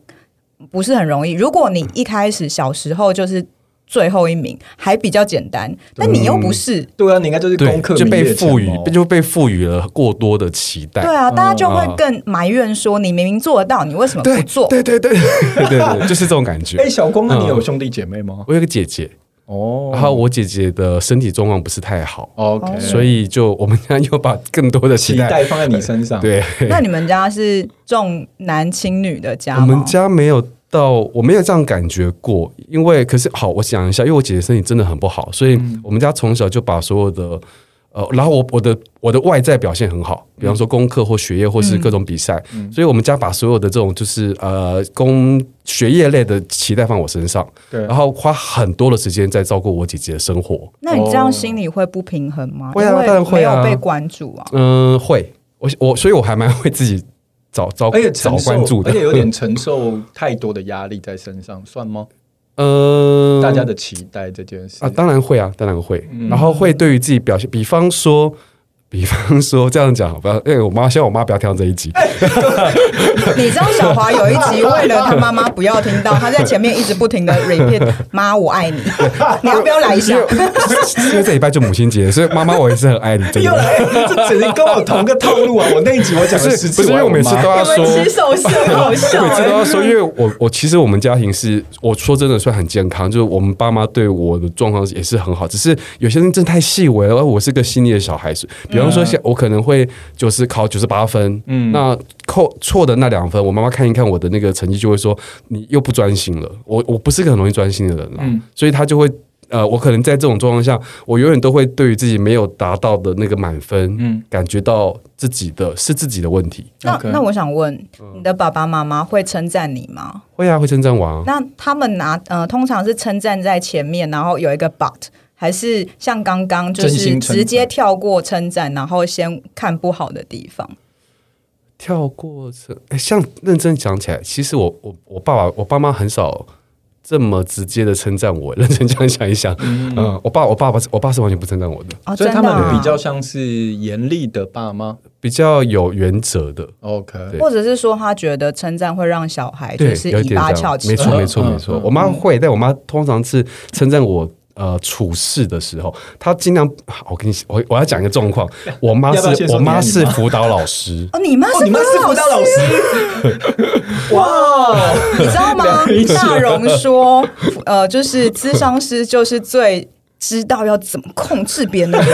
Speaker 1: 不是很容易。如果你一开始小时候就是最后一名，还比较简单，但你又不是。
Speaker 4: 嗯
Speaker 3: 对啊，你应该就是
Speaker 4: 对
Speaker 3: 功课
Speaker 4: 就
Speaker 3: 名
Speaker 4: 被
Speaker 3: 列前哦
Speaker 4: 赋予
Speaker 3: 茅
Speaker 4: 就被赋予了过多的期待。
Speaker 1: 对啊，大家就会更埋怨说你明明做得到，你为什么不做？
Speaker 4: 对对对对对对，就是这种感觉
Speaker 3: 哎、。小光，那你
Speaker 4: 嗯
Speaker 3: 有兄弟姐妹吗？
Speaker 4: 我有个姐姐，
Speaker 3: 哦
Speaker 4: 然后我姐姐的身体状况不是太好，
Speaker 3: ，OK，
Speaker 4: 所以就我们家又把更多的
Speaker 3: 期
Speaker 4: 期待
Speaker 3: 待放在你身上。，
Speaker 4: 对。
Speaker 1: 那你们家是重男轻女的家
Speaker 4: 我
Speaker 1: 吗？
Speaker 4: 们家没有到，我没有这样感觉过，因为可是好，我想一下，因为我姐姐身体真的很不好，所以
Speaker 3: 嗯
Speaker 4: 我们家从小就把所有的。呃，然后我我的我的外在表现很好，比方说功课或学业或是各种比赛，
Speaker 3: 嗯
Speaker 4: 所以我们家把所有的这种就是呃工学业类的期待放我身上，
Speaker 3: 对
Speaker 4: 然后花很多的时间在照顾我姐姐的生活。
Speaker 1: 那你这样心里会不平衡吗？
Speaker 4: 会啊
Speaker 1: 因为
Speaker 4: 当然会啊
Speaker 1: 没有被关注啊。
Speaker 4: 嗯、会，我我所以我还蛮会自己找找
Speaker 3: 而且
Speaker 4: 找
Speaker 3: 承受
Speaker 4: 关注的，
Speaker 3: 而且 有点承受太多的压力在身上，算吗？
Speaker 4: 嗯、
Speaker 3: 大家的期待这件事
Speaker 4: 啊，当然会啊，当然会。然后会对于自己表现，比方说， 比方说这样讲，不要，因为我妈，希望我妈不要听到这一集。
Speaker 1: 你知道小华有一集为了他妈妈不要听到，他在前面一直不停的 repeat 妈我爱你，你要不要来一下
Speaker 4: 因？为因为这礼拜就母亲节，所以妈妈我也是很爱你，真
Speaker 3: 又
Speaker 4: 的。
Speaker 3: 来， 这只能跟我同个套 路啊！我那一集我讲
Speaker 4: 不
Speaker 3: 了十
Speaker 4: 是
Speaker 3: 次，
Speaker 4: 不是，因为我每次都
Speaker 3: 要
Speaker 4: 要
Speaker 1: 你
Speaker 4: 说，
Speaker 1: 们起手是很好笑
Speaker 4: 我每次都
Speaker 1: 欸。
Speaker 4: 要说，因为我我其实我们家庭是，我说真的算很健康，就是我们爸妈对我的状况也是很好，只是有些人真的太细微了，而我是个细腻的小孩子，比方说，
Speaker 3: 嗯
Speaker 4: 像我可能会九十考九十八分，嗯，那扣错的那两分，我妈妈看一看我的那个成绩，就会说你又不专心了。我我不是个很容易专心的人啦，
Speaker 3: 嗯
Speaker 4: 所以她就会。呃，我可能在这种状况下，我永远都会对于自己没有达到的那个满分，
Speaker 3: 嗯
Speaker 4: 感觉到自己的是自己的问题。
Speaker 1: 那
Speaker 3: OK
Speaker 1: 那我想问，你的爸爸妈妈会称赞你吗？
Speaker 4: 会啊，会称赞我啊。
Speaker 1: 那他们拿呃，通常是称赞在前面，然后有一个 but，还是像刚刚就
Speaker 3: 真
Speaker 1: 是
Speaker 3: 心称赞
Speaker 1: 直接跳过称赞，然后先看不好的地方？
Speaker 4: 跳过这，诶像认真讲起来，其实我我我爸爸我爸妈很少这么直接的称赞我。认 真这样想一想，嗯、我爸我爸爸我爸是完全不称赞我的，
Speaker 1: 哦，
Speaker 3: 所以
Speaker 1: 真的
Speaker 3: 他
Speaker 1: 啊
Speaker 3: 们比较像是严厉的爸妈。
Speaker 4: 比较有原则的。
Speaker 3: OK，
Speaker 4: 对
Speaker 1: 或者是说他觉得称赞会让小孩
Speaker 4: 对
Speaker 1: 就，哎是
Speaker 4: 有一
Speaker 1: 尾
Speaker 4: 点
Speaker 1: 巴
Speaker 4: 这
Speaker 1: 翘
Speaker 4: 样，
Speaker 1: 起
Speaker 4: 没
Speaker 1: 来。，
Speaker 4: 错
Speaker 3: 嗯
Speaker 4: 没错
Speaker 3: 嗯
Speaker 4: 没错
Speaker 3: 嗯。
Speaker 4: 我妈会，但我妈通常是称赞我。呃，处事的时候，她尽量。我跟你，我我要讲一个状况。我妈
Speaker 3: 要不要
Speaker 4: 是，
Speaker 3: 先说
Speaker 4: 我
Speaker 3: 你
Speaker 4: 妈
Speaker 3: 爱你
Speaker 4: 是
Speaker 3: 妈
Speaker 4: 辅导老 师
Speaker 1: 哦，你妈
Speaker 3: 哦，
Speaker 1: 是
Speaker 3: 你们是
Speaker 1: 辅
Speaker 3: 辅
Speaker 1: 导
Speaker 3: 导
Speaker 1: 老
Speaker 3: 老
Speaker 1: 师，
Speaker 3: 师？ 哇，
Speaker 1: 你知道 吗
Speaker 3: 了？解
Speaker 1: 大荣说，呃，就是咨商师就是最呃知道要怎么控制别人 的人。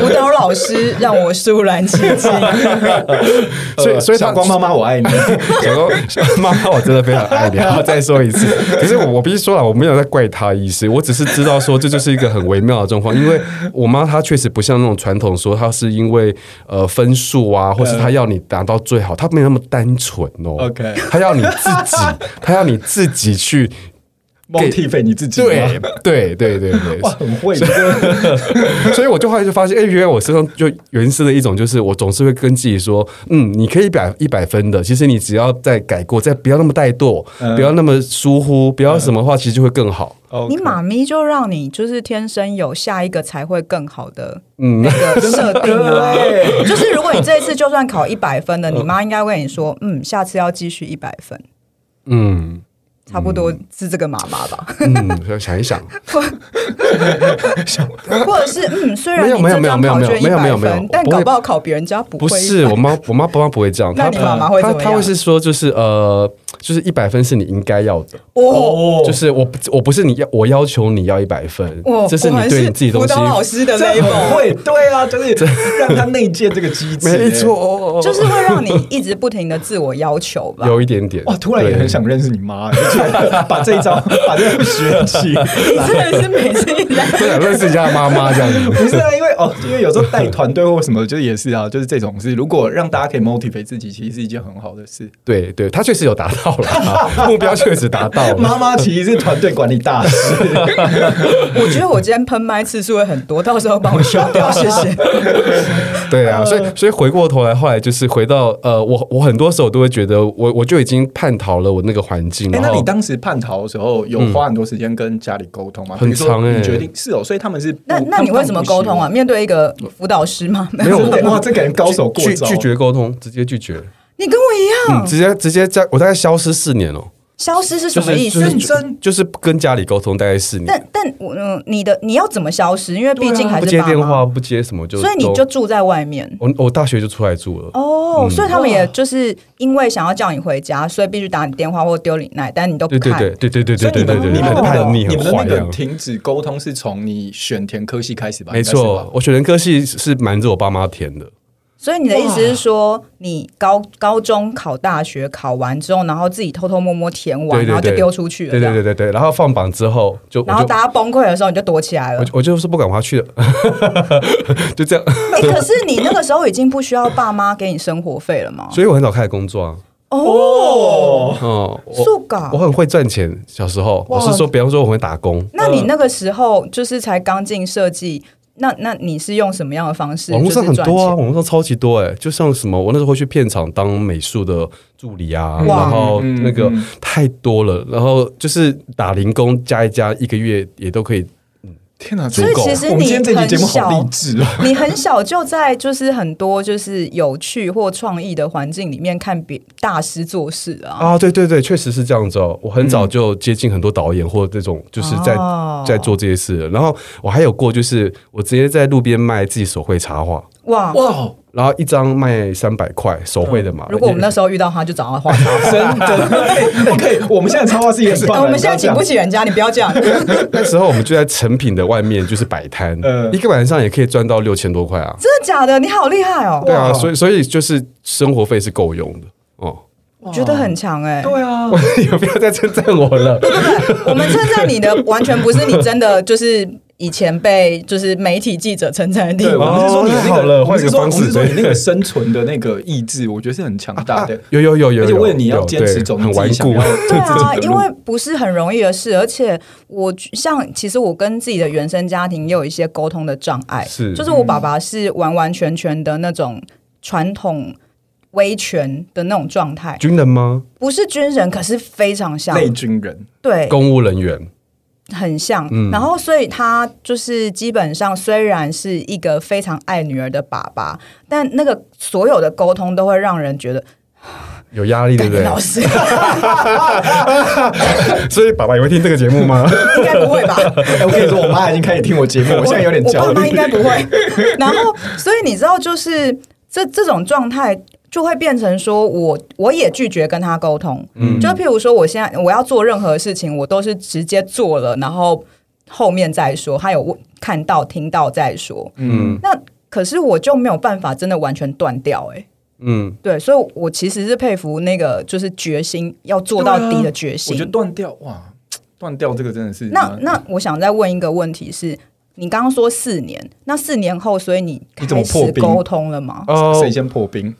Speaker 1: 辅导老师让我肃然 起敬。
Speaker 4: 所以所以她
Speaker 3: 小光妈妈我 爱你。
Speaker 4: 小光， 小妈妈，我真的非常爱你，然 后再说一次。可是我我必须说了，我没有在怪她的意思，我只是知道说这就是一个很微妙的状况，因为我妈她确实不像那种传统说她是因为呃分数 啊，或是她要你达到最好，她没有那么单纯哦。
Speaker 3: OK
Speaker 4: 她要你自己，她要你自己 去。
Speaker 3: motivate 你自己吗，
Speaker 4: 对对对对对，
Speaker 3: 哇，很 会这个，
Speaker 4: 所以我就后来就发现，哎、原来我身上就原生的一种，就是我总是会跟自己说，嗯，你可以一百一百分的，其实你只要再改过，再不要那么怠惰，
Speaker 1: 嗯
Speaker 4: 不要那么疏忽，不要什么话，其实就会更好。
Speaker 1: 你妈咪就让你就是天生有下一个才会更好的
Speaker 4: 嗯
Speaker 1: 那个设 定啊
Speaker 3: 对
Speaker 1: 就是如果你这一次就算考一百分了，你妈应该会跟你说，嗯，下次要继续一百分，
Speaker 4: 嗯
Speaker 1: 差不多是这个妈妈吧。
Speaker 4: 嗯，想一想，
Speaker 1: 或者是嗯，虽然
Speaker 4: 没有
Speaker 1: 你
Speaker 4: 没有
Speaker 1: 这张
Speaker 4: 没有
Speaker 1: 考
Speaker 4: 没有
Speaker 1: 卷一
Speaker 4: 没有没
Speaker 1: 百
Speaker 4: 有没有
Speaker 1: 分，但
Speaker 4: 不会
Speaker 1: 搞不好考别人家不
Speaker 4: 不
Speaker 1: 会。
Speaker 4: 是我妈，我妈爸妈不会这样，
Speaker 1: 那你妈妈会怎
Speaker 4: 她
Speaker 1: 么
Speaker 4: 她
Speaker 1: 样
Speaker 4: 会是说，就是呃，就是一百分是你应该要的。
Speaker 1: 哦，
Speaker 3: 哦
Speaker 4: 就是我不，我不是你要，我要求你要一百分
Speaker 1: 我，
Speaker 4: 哦这是你
Speaker 1: 哦我还
Speaker 4: 对你自己东
Speaker 1: 辅
Speaker 4: 西
Speaker 1: 导老师的
Speaker 3: 这很
Speaker 1: label，
Speaker 3: 会，对啊，就是让他内建这个 机制，
Speaker 4: 没错。哦 哦哦
Speaker 1: 就是会让你一直不停的自我要求吧。
Speaker 4: 有一点点
Speaker 3: 哇，突然也
Speaker 4: 对
Speaker 3: 很想认识你 妈，就是把这一招，把这个学起。
Speaker 1: 你 真的是每次 一直在
Speaker 4: 不想啊认识一下妈妈这样子。
Speaker 3: 不是啊，因为哦，因为有时候带团队或什么，就是也是啊， 就是这种事。如果让大家可以 motivate 自己，其实是一件很好的事。
Speaker 4: 对对，他确实有达到了， 目标确实达到了。
Speaker 3: 妈妈其实是团队管理大 师，
Speaker 1: 我觉得我今天喷麦次数会很多，到时候帮我修 掉，谢谢。
Speaker 4: 对
Speaker 1: 嗯
Speaker 4: 啊，所以所以回过头来，后来就是回到呃，我我很多时候都会觉得我我就已经叛逃了我那个环境，
Speaker 3: 哎、
Speaker 4: 然
Speaker 3: 那你
Speaker 4: 后
Speaker 3: 当时叛逃的时候，有花很多时间跟家里沟通吗？
Speaker 4: 很
Speaker 3: 比如说
Speaker 4: 长欸
Speaker 3: 你决定是哦，所以他们是不
Speaker 1: 那那你会怎么沟通啊？？面对一个辅导师吗？
Speaker 4: 没有
Speaker 3: 他们 不哇，这感觉高手过
Speaker 4: 拒
Speaker 3: 招，
Speaker 4: 拒绝沟通，直接拒绝，
Speaker 1: 你跟我一
Speaker 4: 嗯，
Speaker 1: 样，
Speaker 4: 直接直接在我大概消失四年哦，
Speaker 1: 消失是
Speaker 4: 就
Speaker 1: 什么
Speaker 4: 是
Speaker 1: 意
Speaker 4: 就
Speaker 1: 思
Speaker 4: 是？
Speaker 3: 真
Speaker 4: 就是跟家里沟通大概四年，
Speaker 1: 但但我嗯，你的你要怎么消失？因为毕竟还
Speaker 4: 啊不
Speaker 1: 是
Speaker 4: 接
Speaker 1: 爸
Speaker 4: 电话，
Speaker 1: 妈，
Speaker 4: 不接什么就都，
Speaker 1: 所以你就住在外面。
Speaker 4: 我我大学就出来住了，
Speaker 1: 哦，所以他们
Speaker 3: 哇
Speaker 1: 也就是因为想要叫你回家，所以必须打你电话或丢你奶，但你都不
Speaker 4: 对对
Speaker 1: 看。
Speaker 4: 对对对对
Speaker 3: 所
Speaker 4: 对
Speaker 3: 以你
Speaker 4: 对对
Speaker 3: 们
Speaker 4: 对，
Speaker 3: 你
Speaker 4: 很
Speaker 3: 们那个
Speaker 4: 叛逆
Speaker 3: 你
Speaker 4: 很
Speaker 3: 们的那
Speaker 4: 坏这样
Speaker 3: 个。停止沟通是从你选填科系开始吧？
Speaker 4: 没
Speaker 3: 应该是
Speaker 4: 错
Speaker 3: 吧，，
Speaker 4: 我选人科系是瞒着我爸妈填的，
Speaker 1: 所以你的意思是说，你高高中考大学考完之后，然后自己偷偷摸摸填完，
Speaker 4: 对对
Speaker 1: 然后就
Speaker 4: 对
Speaker 1: 丢出去了，
Speaker 4: 对对对。对对，然后放榜之后就我
Speaker 1: 然后
Speaker 4: 就
Speaker 1: 大家崩溃的时候，你就躲起来了
Speaker 4: 我。就我就是不敢花去了， 就这样，
Speaker 1: 哎、可是你那个时候已经不需要爸妈给你生活费了吗？
Speaker 4: 所以我很早开始工作啊，
Speaker 1: 哦，
Speaker 3: 哦，
Speaker 4: 嗯，我
Speaker 1: 素稿
Speaker 4: 我。很会赚钱，小时候我是说，比方说我会打工，
Speaker 1: 那你
Speaker 4: 呃
Speaker 1: 那个时候就是才刚进设计，那那你是用什么样的方式？
Speaker 4: 网络上很
Speaker 1: 就是
Speaker 4: 多啊，
Speaker 1: 赚钱
Speaker 4: 网络上超级多哎、就像什么，我那时候会去片场当美术的助理啊，
Speaker 1: 哇
Speaker 4: 然后
Speaker 3: 嗯
Speaker 4: 那个
Speaker 3: 嗯
Speaker 4: 太多了，然后就是打零工加一加，一个月也都可以，
Speaker 3: 天哪！
Speaker 1: 所以其实
Speaker 3: 哦我们今天
Speaker 1: 你
Speaker 3: 这期节目
Speaker 1: 很小
Speaker 3: 好励志哦。
Speaker 1: 你很小就在就是很多就是有趣或创意的环境里面看别大师做事啊。
Speaker 4: 啊，对对对，确实是这样子哦。我很早就接近很多导演或这种，就是在、
Speaker 1: 哦
Speaker 4: 在做这些事了。然后我还有过，就是我直接在路边卖自己手绘插画，
Speaker 1: 哇，
Speaker 3: 哇，哦
Speaker 4: 然后一张卖三百块，手绘的嘛。
Speaker 1: 嗯如果我们那时候遇到他，就找他画 插
Speaker 3: 真的 OK，我们现在插画师也很棒的，
Speaker 1: 画。哦我们现在请不起人家，你不要这样。真
Speaker 4: 那时候我们就在成品的外面就是摆摊，
Speaker 3: 嗯
Speaker 4: 一个晚上也可以赚到六千多块啊。
Speaker 1: 的假的？你好厉害哦！
Speaker 4: 对啊，所以所以就是生活费是够用的哦。
Speaker 1: 我觉得很强哎、
Speaker 3: 对啊，
Speaker 4: 你不要再称赞我了，
Speaker 1: 我们称赞你的完全不是你真的就是以前被就是媒体记者称赞的地
Speaker 3: 对，我
Speaker 1: 方。
Speaker 3: 们是说你
Speaker 4: 哦
Speaker 3: 那
Speaker 4: 好
Speaker 3: 个，
Speaker 4: 了
Speaker 3: 我们是说
Speaker 4: 换个方式
Speaker 3: 我们是说你
Speaker 4: 对
Speaker 3: 那个生存的那个意志，我觉得是很强大的。
Speaker 4: 有有有有，
Speaker 3: 而且为了
Speaker 4: 有
Speaker 3: 你要
Speaker 4: 有
Speaker 3: 坚持
Speaker 4: 对
Speaker 3: 走你
Speaker 4: 很
Speaker 3: 自
Speaker 4: 顽
Speaker 3: 己想
Speaker 4: 固
Speaker 3: 要。
Speaker 1: 对
Speaker 3: 自己
Speaker 1: 啊，
Speaker 3: 的
Speaker 1: 因
Speaker 3: 路
Speaker 1: 为不是很容易的事，而且我像其实我跟自己的原生家庭也有一些沟通的障碍，
Speaker 4: 是
Speaker 1: 就是我爸爸是完完全全的那种传统威权的那种状态，
Speaker 4: 军人吗？
Speaker 1: 不是军人，可是非常像，
Speaker 3: 类军人，
Speaker 1: 对，
Speaker 4: 公务人员，
Speaker 1: 很像。
Speaker 4: 嗯
Speaker 1: 然后，所以他就是基本上虽然是一个非常爱女儿的爸爸，但那个所有的沟通都会让人觉得，
Speaker 4: 有压力，对
Speaker 1: 感
Speaker 4: 不
Speaker 1: 觉
Speaker 4: 对？
Speaker 1: 老师
Speaker 4: 所以爸爸也会听这个节目吗？
Speaker 1: 应该不会吧？
Speaker 3: 哎，我跟你说，我妈已经开始听我节目，我现在有点焦
Speaker 1: 我爸妈
Speaker 3: 虑
Speaker 1: 应。该不会。 然后，所以你知道，就是这这种状态。就会变成说我我也拒绝跟他沟通，
Speaker 3: 嗯
Speaker 4: 嗯
Speaker 1: 就譬如说我现在我要做任何事情，我都是直接做了，然后后面再说，他有问看到听到再说。
Speaker 4: 嗯
Speaker 1: 那可是我就没有办法真的完全断掉、欸，
Speaker 4: 嗯，
Speaker 1: 对，所以我其实是佩服那个就是决心要做到底的决
Speaker 3: 啊我
Speaker 1: 心。
Speaker 3: 觉得断掉哇，断掉这个真的是
Speaker 1: 那那
Speaker 4: 嗯
Speaker 1: 我想再问一个问题是，你刚刚说四年，那四年后，所以你
Speaker 3: 你怎么
Speaker 1: 开
Speaker 3: 破
Speaker 1: 始
Speaker 3: 冰
Speaker 1: 沟通了吗？
Speaker 4: 哦
Speaker 3: 谁，先破冰？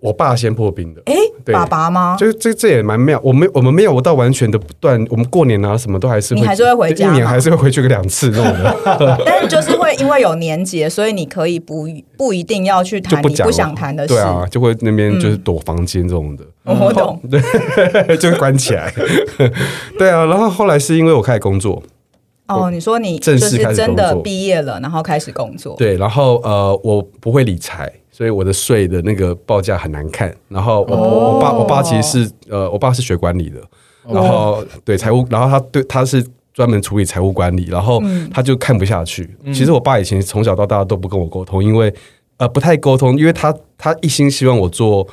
Speaker 4: 我爸先破冰的，
Speaker 1: 哎、
Speaker 4: 对
Speaker 1: 爸爸吗？
Speaker 4: 就是这这也蛮妙，我们我们没有到完全的不断，我们过年啊什么都还是
Speaker 1: 你还是会回家
Speaker 4: 一年
Speaker 1: 嘛
Speaker 4: 还是会回去个两次那种的，
Speaker 1: 但是就是会因为有年节，所以你可以不不一定要去
Speaker 4: 就
Speaker 1: 谈
Speaker 4: 不
Speaker 1: 你
Speaker 4: 讲
Speaker 1: 不
Speaker 4: 了
Speaker 1: 想谈的事。嗯
Speaker 4: 对啊，嗯就会那边就是躲房间这种的，
Speaker 1: 我懂，
Speaker 4: 就会关起来。对啊，然后后来是因为我开始工作，
Speaker 1: 哦，你说你就
Speaker 4: 正式
Speaker 1: 是
Speaker 4: 开始
Speaker 1: 真
Speaker 4: 工
Speaker 1: 的
Speaker 4: 作
Speaker 1: 毕业了，然后开始工作。
Speaker 4: 对，然后呃，我不会理财，所以我的税的那个报价很难看。然后我、
Speaker 1: 哦
Speaker 4: 我爸我爸其实是呃，我爸是学管理的，然后、对财务，然后他对他是。专门处理财务管理，然后他就看不下去。其实我爸以前从小到大都不跟我沟通，因为呃不太沟通，因为他他一心希望我做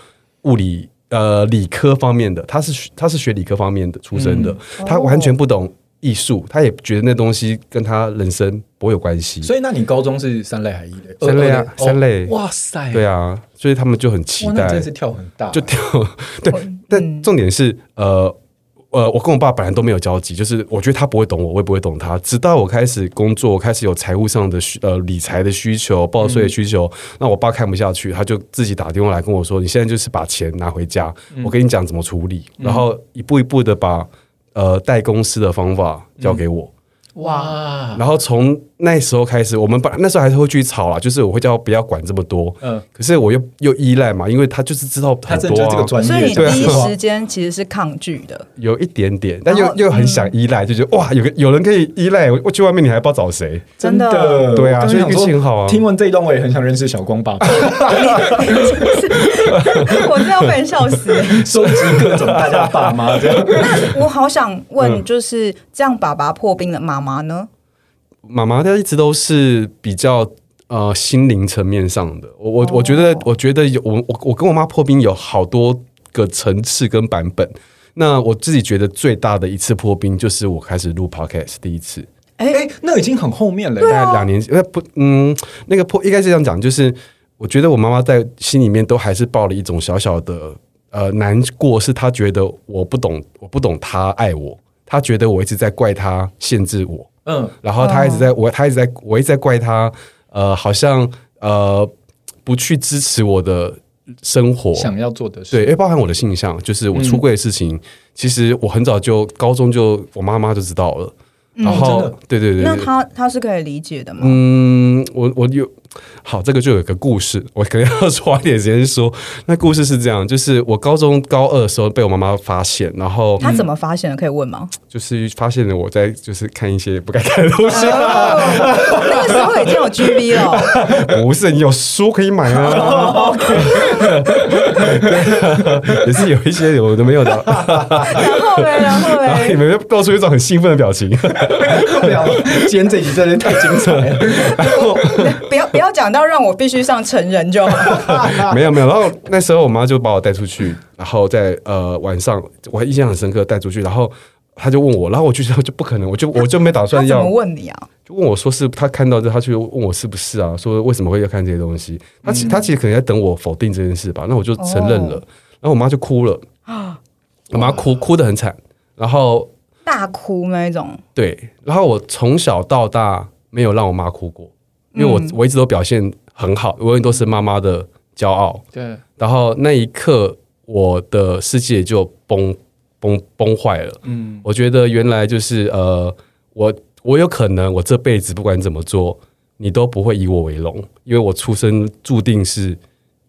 Speaker 4: 物理呃理科方面的，他是学他是学理科方面的出身的，他完全不懂艺术，他也觉得那东西跟他人生不会有关系。
Speaker 3: 所以那你高中是三类还一类？
Speaker 4: 三类啊
Speaker 3: 二
Speaker 4: 三类
Speaker 3: 哦哇塞，
Speaker 4: 对
Speaker 3: 啊，
Speaker 4: 啊，所以他们就很期
Speaker 3: 哇，那
Speaker 4: 待
Speaker 3: 你，真是跳很大，
Speaker 4: 就跳 对。但重点是，呃呃，我跟我爸本来都没有交集，就是我觉得他不会懂我，我也不会懂他。直到我开始工作，我开始有财务上的需呃理财的需求、报税的需求，那我爸看不下去，他就自己打电话来跟我说：“你现在就是把钱拿回家，我跟你讲怎么处理，然后一步一步的把呃带公司的方法交给我。
Speaker 3: 哇，
Speaker 4: 然后从那时候开始，我们把那时候还是会去吵啦，就是我会叫他不要管这么多，
Speaker 3: 嗯，
Speaker 4: 可是我又又依赖嘛，因为他就是知道
Speaker 3: 他
Speaker 4: 很
Speaker 3: 真
Speaker 4: 多、
Speaker 3: 的就是
Speaker 4: 啊，
Speaker 3: 这个专业，
Speaker 1: 所以你
Speaker 3: 对啊
Speaker 1: 第一时间其实是抗拒 的，
Speaker 4: 有一点点，但又
Speaker 1: 然后
Speaker 4: 又很想依赖，就觉得哇，有个有人可以依赖，我我去外面你还不知道找谁，
Speaker 1: 真的
Speaker 4: 对啊
Speaker 3: 我刚刚
Speaker 4: 所以
Speaker 3: 想说
Speaker 4: 运气很好啊
Speaker 3: 听完这一段，我也很想认识小光 爸爸，
Speaker 1: 我真的要被人笑 死、
Speaker 3: 收集各种大家的爸妈这样。
Speaker 1: 我好想
Speaker 4: 嗯
Speaker 1: 问，就是这样爸爸破冰的妈妈呢？
Speaker 4: 妈妈她一直都是比较呃心灵层面上的。我
Speaker 3: 哦
Speaker 4: 我我觉得我觉得有我我我跟我妈破冰有好多个层次跟版本。那我自己觉得最大的一次破冰就是我开始录 podcast 第一次，
Speaker 1: 哎、啊
Speaker 3: 哎，那已经很后面了，
Speaker 4: 大概两年，呃不，嗯，那个破应该是这样讲，就是我觉得我妈妈在心里面都还是抱了一种小小的呃难过，是她觉得我不懂，我不懂她爱我，她觉得我一直在怪她限制我，
Speaker 3: 嗯，
Speaker 4: 然后她一直在、我，她一直在我一直在怪她，呃，好像呃不去支持我的生活，
Speaker 3: 想嗯要做的事，
Speaker 4: 对，因为包含我的性向，就是我出柜的事情，其实我很早就高中就我妈妈就知道了。然后，
Speaker 3: 哦真的
Speaker 4: 对对对，
Speaker 1: 那
Speaker 4: 对
Speaker 1: 他他是可以理解的吗？
Speaker 4: 嗯，我我有好，这个就有个故事，我可能要 花点时间说。那故事是这样，就是我高中高二的时候被我妈妈发现，然后
Speaker 1: 他怎么发现的？可以问吗？
Speaker 4: 就是发现了我在就是看一些不该看的东 西，
Speaker 1: 那个时候已经有 G V 了，
Speaker 4: 不是你有书可以买啊。也是有一些有的没有的，
Speaker 1: 然后嘞，然后
Speaker 4: 然 后你
Speaker 1: 嘞，
Speaker 4: 们就露出一种很兴奋的表情。
Speaker 3: 不了，啊今天这集真的太精彩 了。
Speaker 1: 不要不要讲到让我必须上成人就 好。
Speaker 4: 没有没有，然后那时候我妈就把我带出去，然后在呃晚上，我还印象很深刻，带出去，然后她就问我，然后我就说就不可能，我就我就没打
Speaker 1: 他
Speaker 4: 算
Speaker 1: 怎
Speaker 4: 要
Speaker 1: 么，问你啊？
Speaker 4: 就问我说是她看到这，她去问我是不是啊，说为什么会要看这些东西，她其她其实可能在等我否定这件事吧，那我就承认了，
Speaker 1: 哦
Speaker 4: 然后我妈就哭了，我妈哭哭得很惨，然后
Speaker 1: 大哭那一种，
Speaker 4: 对，然后我从小到大没有让我妈哭过，因为我、
Speaker 1: 嗯
Speaker 4: 我一直都表现很好，我永远都是妈妈的骄傲。
Speaker 3: 对，
Speaker 4: 然后那一刻，我的世界就崩崩崩坏了。
Speaker 3: 嗯，
Speaker 4: 我觉得原来就是呃，我我有可能我这辈子不管怎么做，你都不会以我为荣，因为我出生注定是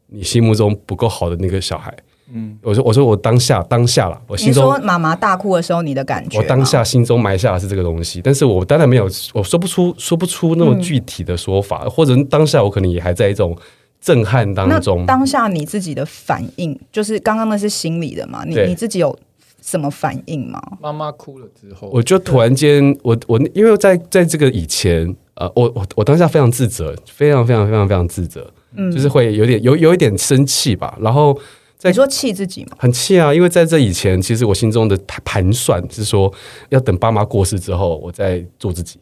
Speaker 4: 你心目中不够好的那个小孩。嗯，我说我说我当下当下啦，我
Speaker 1: 你
Speaker 4: 心中
Speaker 1: 说妈妈大哭的时候你的感觉
Speaker 4: 我
Speaker 1: 吗？
Speaker 4: 当下心中埋下的是这个东西，但是我当然没有，我说不出说不出那
Speaker 1: 嗯
Speaker 4: 么具体的说法，或者当下我可能也还在一种震撼当
Speaker 1: 那
Speaker 4: 中。
Speaker 1: 当下你自己的反应，就是刚刚那是心理的嘛？你
Speaker 4: 对
Speaker 1: 你自己有什么反应吗？
Speaker 3: 妈妈哭了之后，
Speaker 4: 我就突然间，我我因为在在这个以前，呃，我我我当下非常自责，非常非常非常非常自责，
Speaker 1: 嗯
Speaker 4: 就是会有点有有一点生气吧，然后在
Speaker 1: 你说气自己吗？
Speaker 4: 很气啊，因为在这以前，其实我心中的盘盘算是说，要等爸妈过世之后，我再做自己，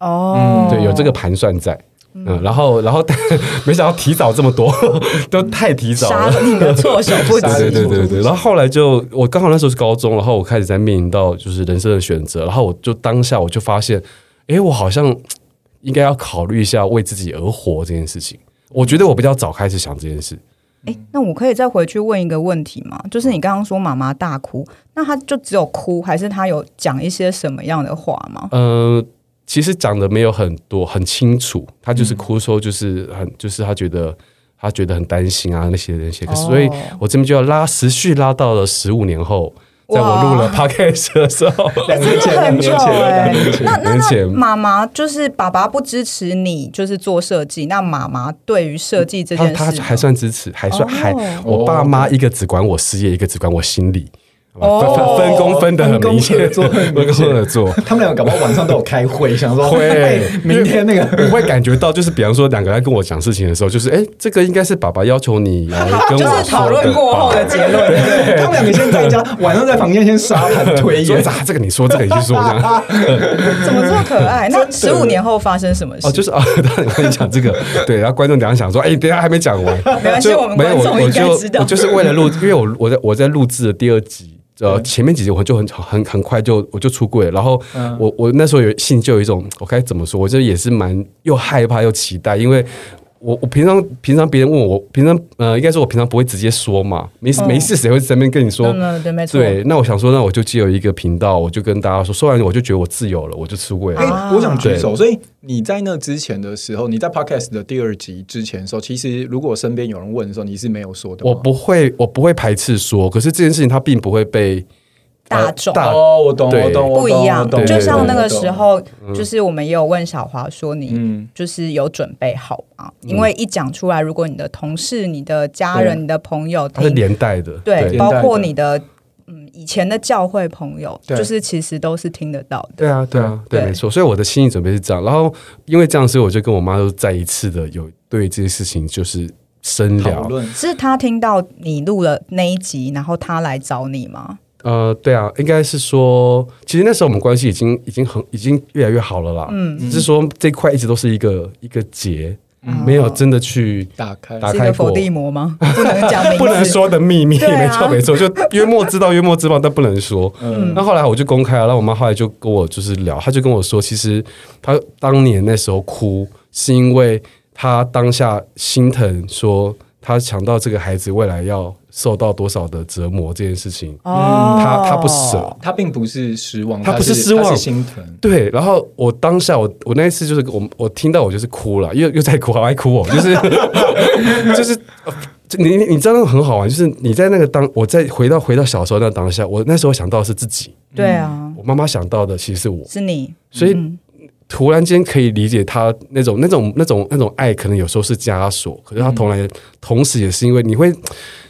Speaker 1: 哦，
Speaker 4: 对，有这个盘算在。嗯，然后，然后， 但没想到提早这么多， 都太提早
Speaker 1: 杀
Speaker 4: 了。
Speaker 1: 了 你的措手不
Speaker 3: 杀了
Speaker 4: 对
Speaker 1: 及。
Speaker 4: 对对对对。然后后来就我刚好那时候是高中，然后我开始在面临到就是人生的选择，然后我就当下我就发现，诶，我好像应该要考虑一下为自己而活这件事情。我觉得我比较早开始想这件事，
Speaker 1: 哎，那我可以再回去问一个问题吗？就是
Speaker 4: 嗯
Speaker 1: 你刚刚说妈妈大哭，那她就只有哭，还是她有讲一些什么样的话吗？
Speaker 4: 嗯，其实讲的没有很多，很清楚，他就是哭说就是很就是他觉得。他觉得很担心啊，那些那些，
Speaker 1: 哦
Speaker 4: 所以我这边就要拉持续拉到了十五年后，在我录了 podcast 的时 候，
Speaker 3: 两
Speaker 1: 真
Speaker 3: 年前，
Speaker 1: 的
Speaker 3: 两
Speaker 1: 很久
Speaker 3: 年前，
Speaker 1: 哎、
Speaker 3: 两年前
Speaker 1: 那那
Speaker 4: 年
Speaker 1: 那
Speaker 4: 前
Speaker 1: 妈妈就是爸爸不支持你，就是做设计。那妈妈对于设计这件
Speaker 4: 他他
Speaker 1: 事呢
Speaker 4: 还算支持，还算还
Speaker 1: 哦
Speaker 4: 我爸妈一个只管我事业，一个只管我心理，好吧分
Speaker 1: 哦
Speaker 4: 分分工分的很明显，
Speaker 3: 分工合作很明
Speaker 4: 分
Speaker 3: 显
Speaker 4: 工合作。
Speaker 3: 他们两个搞不好晚上都有开会，想说
Speaker 4: 会
Speaker 3: 哎，明天那个
Speaker 4: 我会感觉到，就是比方说两个人跟我讲事情的时候，就是哎，这个应该是爸爸要求你来跟我
Speaker 1: 就
Speaker 4: 说的
Speaker 1: 是讨论过后的
Speaker 4: 吧。
Speaker 1: 结论。
Speaker 3: 他们两个先在家，晚上在房间先沙盘推
Speaker 4: 说
Speaker 3: 演。
Speaker 4: 咋这个你说这个你就说这样
Speaker 1: 怎么这么可 爱？那十五年后发生什么事？
Speaker 4: 哦， 就是啊，当然跟你讲这个，对，然后观众等一下想说，哎，等一下还没讲完，
Speaker 1: 没关系
Speaker 4: 就
Speaker 1: 我们
Speaker 4: 没有
Speaker 1: 观众
Speaker 4: 我我
Speaker 1: 应该
Speaker 4: 就
Speaker 1: 知道
Speaker 4: 我就是为了录，因为我我在我在录制的第二集。
Speaker 1: 嗯
Speaker 4: 呃，前面几集我就很很很快就我就出柜了，然后
Speaker 3: 嗯
Speaker 4: 我我那时候有心就有一种我该怎么说，我就也是蛮又害怕又期待，因为我我平常平常别人问我，我平常呃应该说我平常不会直接说嘛，没事
Speaker 1: 嗯
Speaker 4: 没事谁会在那边跟你说
Speaker 1: 嗯嗯对没错
Speaker 4: 对，那我想说，那我就借由一个频道，我就跟大家说，说完我就觉得我自由了，我就出柜了。
Speaker 3: 哎、
Speaker 1: 啊
Speaker 3: 我想举手。所以你在那之前的时候，你在 podcast 的第二集之前的时候，其实如果身边有人问的时候，你是没有说的吗。
Speaker 4: 我不会，我不会排斥说，可是这件事情它并不会被呃
Speaker 1: 大众
Speaker 4: 大
Speaker 3: 哦，我懂，
Speaker 4: 对
Speaker 3: 我懂，我懂
Speaker 1: 不一样
Speaker 3: 我懂，
Speaker 1: 就
Speaker 4: 啊对
Speaker 1: 像
Speaker 4: 对
Speaker 1: 那个时，
Speaker 3: 我懂
Speaker 1: 候，就是我们也有问小华说，你
Speaker 3: 嗯
Speaker 1: 就是有准备好吗？
Speaker 4: 嗯
Speaker 1: 因为一讲出来，如果你的同事、你的家人、
Speaker 3: 对
Speaker 1: 你的朋友
Speaker 4: 它是
Speaker 1: 听，
Speaker 4: 连带的。
Speaker 1: 对，
Speaker 3: 对
Speaker 1: 包括你的嗯以前的教会朋友，
Speaker 3: 对
Speaker 1: 就是其实都是听得到的。
Speaker 4: 对啊，对啊，对，
Speaker 1: 对
Speaker 4: 没错。所以我的心理准备是这样，然后因为这样，所以我就跟我妈又再一次的有对这些事情就是深
Speaker 3: 懂讨
Speaker 4: 聊。
Speaker 3: 论
Speaker 1: 是他听到你录了那一集，然后他来找你吗？
Speaker 4: 呃，对啊，应该是说，其实那时候我们关系已经已经很已经越来越好了啦。嗯，只是说这块一直都是一个一个结，没有真的去
Speaker 3: 打开，
Speaker 4: 打
Speaker 1: 是一
Speaker 4: 开
Speaker 1: 个伏
Speaker 4: 过。
Speaker 1: 地魔 吗？不能讲名字，
Speaker 4: 不能说的秘密，
Speaker 1: 对啊
Speaker 4: 没错没错，就约莫知道约莫知道，但不能说。
Speaker 3: 嗯
Speaker 4: 那后来我就公开了，然后我妈后来就跟我就是聊，她就跟我说，其实她当年那时候哭，是因为她当下心疼，说她想到这个孩子未来要受到多少的折磨这件事情，
Speaker 1: 哦，
Speaker 4: 她她嗯不舍。
Speaker 3: 他并不是失望，
Speaker 4: 他
Speaker 3: 他
Speaker 4: 不是
Speaker 3: 是
Speaker 4: 失望
Speaker 3: 他是心疼。
Speaker 4: 对，然后我当下我我那一次就是我我听到我就是哭了，又又在哭，好爱哭哦，就是 就是呃就你你你知道那个很好玩，就是你在那个当我再回到回到小时候那当下，我那时候想到的是自己，
Speaker 1: 对啊，
Speaker 4: 我妈妈想到的其实是我，
Speaker 3: 嗯
Speaker 1: 是你，
Speaker 4: 所以突然间可以理解他那种那种那种那种爱，可能有时候是枷锁，可是他同来、
Speaker 3: 嗯
Speaker 4: 同时也是因为你会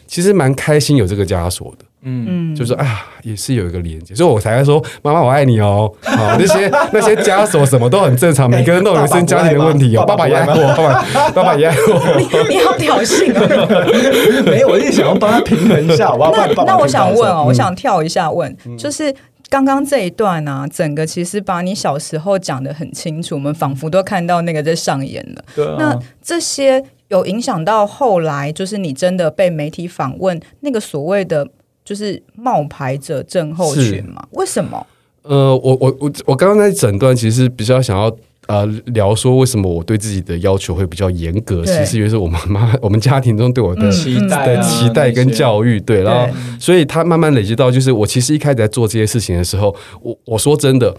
Speaker 4: 其实蛮开心有这个枷锁的。嗯，就是啊，也是有一个连接，所以我才会说妈妈我爱你 哦。好，那些那些枷锁什么都很正常，每个人都有原生家庭的问题哦。
Speaker 3: 爸
Speaker 4: 爸
Speaker 3: 爸
Speaker 4: 爸
Speaker 3: 哎不
Speaker 4: 也
Speaker 3: 爱
Speaker 4: 爱
Speaker 3: 吗
Speaker 4: 我，爸爸爸爸也爱我。
Speaker 1: 你好挑衅哦！
Speaker 3: 没有，我是想要帮他平衡一 下，我要
Speaker 1: 那
Speaker 3: 帮爸爸
Speaker 1: 那
Speaker 3: 平
Speaker 1: 我
Speaker 3: 衡
Speaker 1: 想
Speaker 3: 一下
Speaker 1: 问哦，
Speaker 4: 嗯
Speaker 1: 我想跳一下问，就是刚刚这一段啊，整个其实把你小时候讲的很清楚，我们仿佛都看到那个在上演了。
Speaker 3: 对啊
Speaker 1: 那这些有影响到后来，就是你真的被媒体访问，那个所谓的就是冒牌者症候群嘛？为什么？
Speaker 4: 呃，我我我我刚刚在诊断，其实比较想要。呃，聊说为什么我对自己的要求会比较严格，
Speaker 1: 对
Speaker 4: 其实也是我妈妈、 我们家庭中对我的
Speaker 3: 期待
Speaker 4: 的
Speaker 3: 啊
Speaker 4: 期待跟教育，对，然后
Speaker 1: 对
Speaker 4: 所以他慢慢累积到，就是我其实一开始在做这些事情的时候，我我说真的。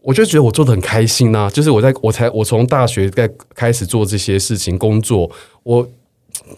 Speaker 4: 我就觉得我做的很开心呐、就是我在我才我从大学在开始做这些事情工作，我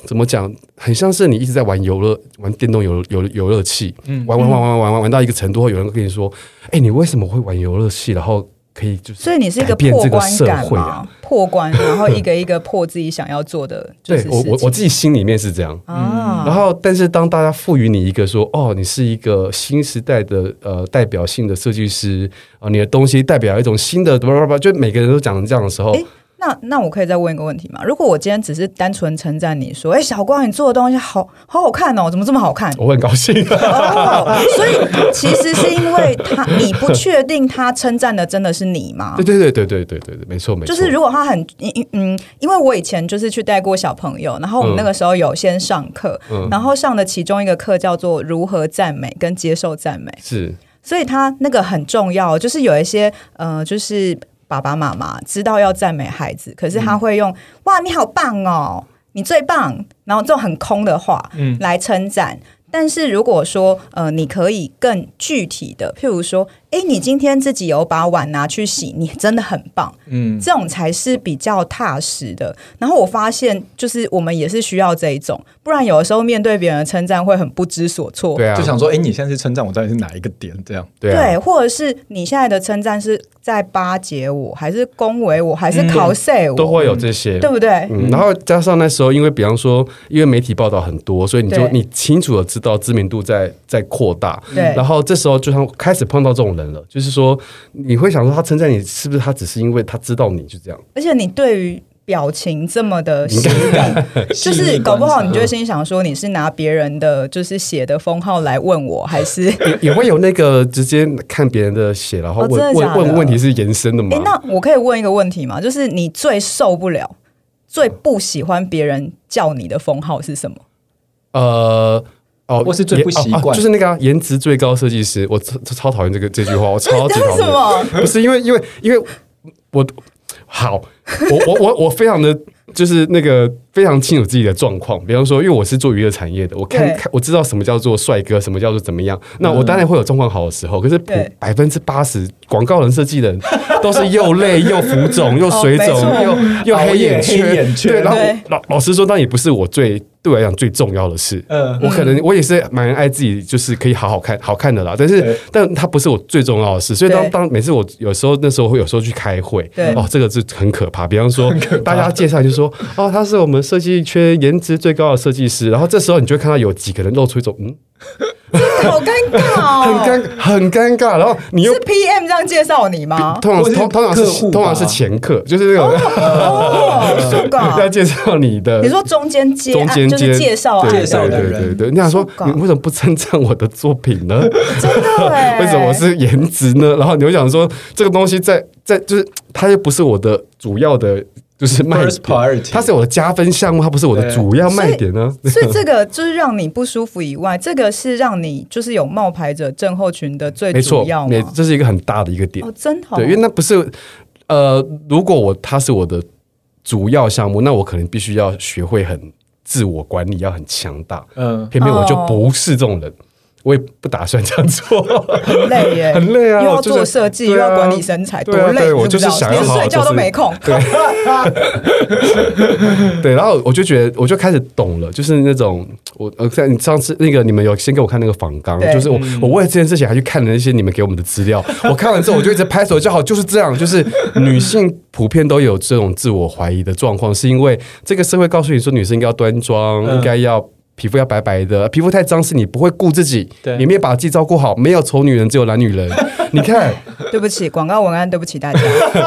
Speaker 4: 怎么讲，很像是你一直在玩游乐，玩电动游游游乐器，玩玩玩玩玩玩玩到一个程度后，有人跟你说，哎、你为什么会玩游乐器？然后可以就是
Speaker 1: 所以你是一
Speaker 4: 改
Speaker 1: 个
Speaker 4: 变
Speaker 1: 破
Speaker 4: 这个
Speaker 1: 关
Speaker 4: 社
Speaker 1: 感
Speaker 4: 会
Speaker 1: 嘛？
Speaker 4: 啊，
Speaker 1: 破关，然后一个一个破自己想要做的，就是
Speaker 4: 对我我
Speaker 1: 事情
Speaker 4: 我自己嗯心里面是这样，
Speaker 1: 啊，
Speaker 4: 然后，但是当大家赋予你一个说，哦，你是一个新时代的呃代表性的设计师啊、你的东西代表一种新的，不不不，就每个人都讲成这样的时候，
Speaker 1: 诶那那我可以再问一个问题吗？如果我今天只是单纯称赞你说，哎、小光你做的东西好好好看哦，怎么这么好看？
Speaker 4: 我会很高兴。啊
Speaker 1: 哦，所以其实是因为他你不确定他称赞的真的是你吗
Speaker 4: 对？对对对对对对对，没错没错。
Speaker 1: 就是如果他很嗯嗯，因为我以前就是去带过小朋友，然后我们那个时候有先上课，
Speaker 4: 嗯
Speaker 1: 然后上的其中一个课叫做如何赞美跟接受赞美，
Speaker 4: 是
Speaker 1: 所以他那个很重要，就是有一些呃，就是爸爸妈妈知道要赞美孩子，可是他会用、哇你好棒哦，你最棒，然后这种很空的话，嗯，来称赞。但是如果说呃，你可以更具体的，譬如说，诶，你今天自己有把碗拿去洗，你真的很棒，
Speaker 3: 嗯，
Speaker 1: 这种才是比较踏实的。然后我发现，就是我们也是需要这一种，不然有的时候面对别人的称赞会很不知所措。
Speaker 4: 对啊，
Speaker 3: 就想说，哎，你现在是称赞我到底是哪一个点？这样
Speaker 4: 对啊，
Speaker 1: 或者是你现在的称赞是在巴结我，还是恭维我，还是
Speaker 3: 嗯
Speaker 1: cos 我，
Speaker 4: 都会有这些。
Speaker 1: 对不对？
Speaker 4: 嗯，然后加上那时候，因为比方说，因为媒体报道很多，所以你就
Speaker 1: 对
Speaker 4: 你清楚的知道知名度在在扩大。
Speaker 1: 对
Speaker 4: 然后这时候就像开始碰到这种人了，就是说你会想说他称赞你，是不是他只是因为他知道你就这样？
Speaker 1: 而且你对于表情这么的细
Speaker 4: 嗯
Speaker 1: 腻， 就是搞不好你就会心里想说，你是拿别人的就是写的封号来问我，还是？
Speaker 4: 也也会有那个直接看别人的写，然后
Speaker 1: 哦
Speaker 4: 问、
Speaker 1: 真的假
Speaker 4: 问
Speaker 1: 的
Speaker 4: 问问题是延伸的嘛？
Speaker 1: 诶，那我可以问一个问题吗？就是你最受不了、最不喜欢别人叫你的封号是什么？
Speaker 4: 呃。哦，
Speaker 3: 或是最
Speaker 4: 也
Speaker 3: 不习
Speaker 4: 哦哦
Speaker 3: 惯
Speaker 4: 就是那个啊，颜值最高设计师，我超超讨厌这个这句话，我超级
Speaker 1: 为
Speaker 4: 讨
Speaker 1: 什
Speaker 4: 厌。
Speaker 1: 么？
Speaker 4: 不是因为，因为，因为我好，我我我我非常的就是那个非常清楚自己的状况。比方说，因为我是做娱乐产业的，我看
Speaker 1: 对嗯
Speaker 4: 看我知道什么叫做帅哥，什么叫做怎么样。那我当然会有状况好的时候，可是普
Speaker 1: 对
Speaker 4: 百分之八十广告人设计人都是又 累又浮肿又水肿、
Speaker 1: 哦没错
Speaker 4: 又又
Speaker 3: 熬
Speaker 4: 黑
Speaker 3: 夜
Speaker 4: 眼 圈，
Speaker 3: 黑眼圈
Speaker 4: 对，然后
Speaker 1: 对
Speaker 4: 老老实说，那也不是我最对我来讲最重要的事。
Speaker 3: 嗯
Speaker 4: 我可能我也是蛮爱自己，就是可以好好看好看的啦。但
Speaker 3: 对
Speaker 4: 是，但它不是我最重要的事，所以当
Speaker 1: 对
Speaker 4: 当每次我有时候那时候会有时候去开会
Speaker 1: 对，
Speaker 4: 哦，这个是很可怕。比方说，大家介绍就说，哦，他是我们设计圈颜值最高的设计师，然后这时候你就会看到有几个人露出一种嗯，
Speaker 1: 好尴尬哦！
Speaker 4: 很尴很尴尬，然后你又
Speaker 1: 是 PM 这样介绍你吗？
Speaker 4: 通常
Speaker 3: 或是
Speaker 4: 通通常
Speaker 3: 客户
Speaker 4: 是
Speaker 3: 吧
Speaker 4: 通常是前客，就是那种
Speaker 1: 哦，是
Speaker 4: 要
Speaker 1: 的。
Speaker 4: 介绍你的
Speaker 1: 你。说中间接
Speaker 4: 呃中
Speaker 1: 案
Speaker 4: 间
Speaker 1: 就是
Speaker 4: 接
Speaker 1: 介绍啊案
Speaker 4: 对
Speaker 3: 介绍
Speaker 4: 对
Speaker 3: 的
Speaker 4: 对
Speaker 3: 人
Speaker 4: 对对，你想说
Speaker 1: 搞
Speaker 4: 你为什么不称赞我的作品呢？
Speaker 1: 真的哎，
Speaker 4: 为什么是颜值呢？然后你会想说，这个东西在在就是它又不是我的主要的，就是卖
Speaker 3: First priority
Speaker 4: 点，它是我的加分项目，它不是我的主要卖点呢、
Speaker 1: 所以这个就是让你不舒服以外，这个是让你就是有冒牌者症候群的最
Speaker 4: 没
Speaker 1: 主
Speaker 4: 错
Speaker 1: 要，
Speaker 4: 没
Speaker 1: 吗？
Speaker 4: 这是一个很大的一个点，
Speaker 1: 哦，真的哦
Speaker 4: 对，因为那不是呃，如果我它是我的主要项目，那我可能必须要学会很自我管理，要很强大。
Speaker 3: 嗯，
Speaker 1: 哦
Speaker 4: 偏偏我就不是这种人，我也不打算这样做，
Speaker 1: 很累耶，
Speaker 4: 很累啊，
Speaker 1: 又要
Speaker 4: 我就是
Speaker 1: 做设计，
Speaker 4: 对
Speaker 1: 又
Speaker 4: 啊
Speaker 1: 要管理身材，多
Speaker 4: 对啊
Speaker 1: 累！
Speaker 4: 对我
Speaker 1: 你知
Speaker 4: 就
Speaker 1: 不知
Speaker 4: 是
Speaker 1: 道
Speaker 4: 想要
Speaker 1: 连
Speaker 4: 好好
Speaker 1: 睡觉
Speaker 4: 就
Speaker 1: 都
Speaker 4: 是
Speaker 1: 没 空。
Speaker 4: 对，然后我就觉得，我就开始懂了，就是那种我呃，在你上次那个你们有先给我看那个访纲，
Speaker 1: 对
Speaker 4: 就是我
Speaker 3: 嗯
Speaker 4: 我为了这件事情还去看了那些你们给我们的资料，我看完之后我就一直拍手叫好，就是这样，就是女性普遍都有这种自我怀疑的状况，是因为这个社会告诉你说女生应该要端庄，
Speaker 3: 嗯
Speaker 4: 应该要。皮肤要白白的，皮肤太脏是你不会顾自己，
Speaker 3: 对
Speaker 4: 你没有把自己照顾好，没有丑女人，只有懒女人。你看，
Speaker 1: 对不起，广告文案，对不起 大家。
Speaker 3: 对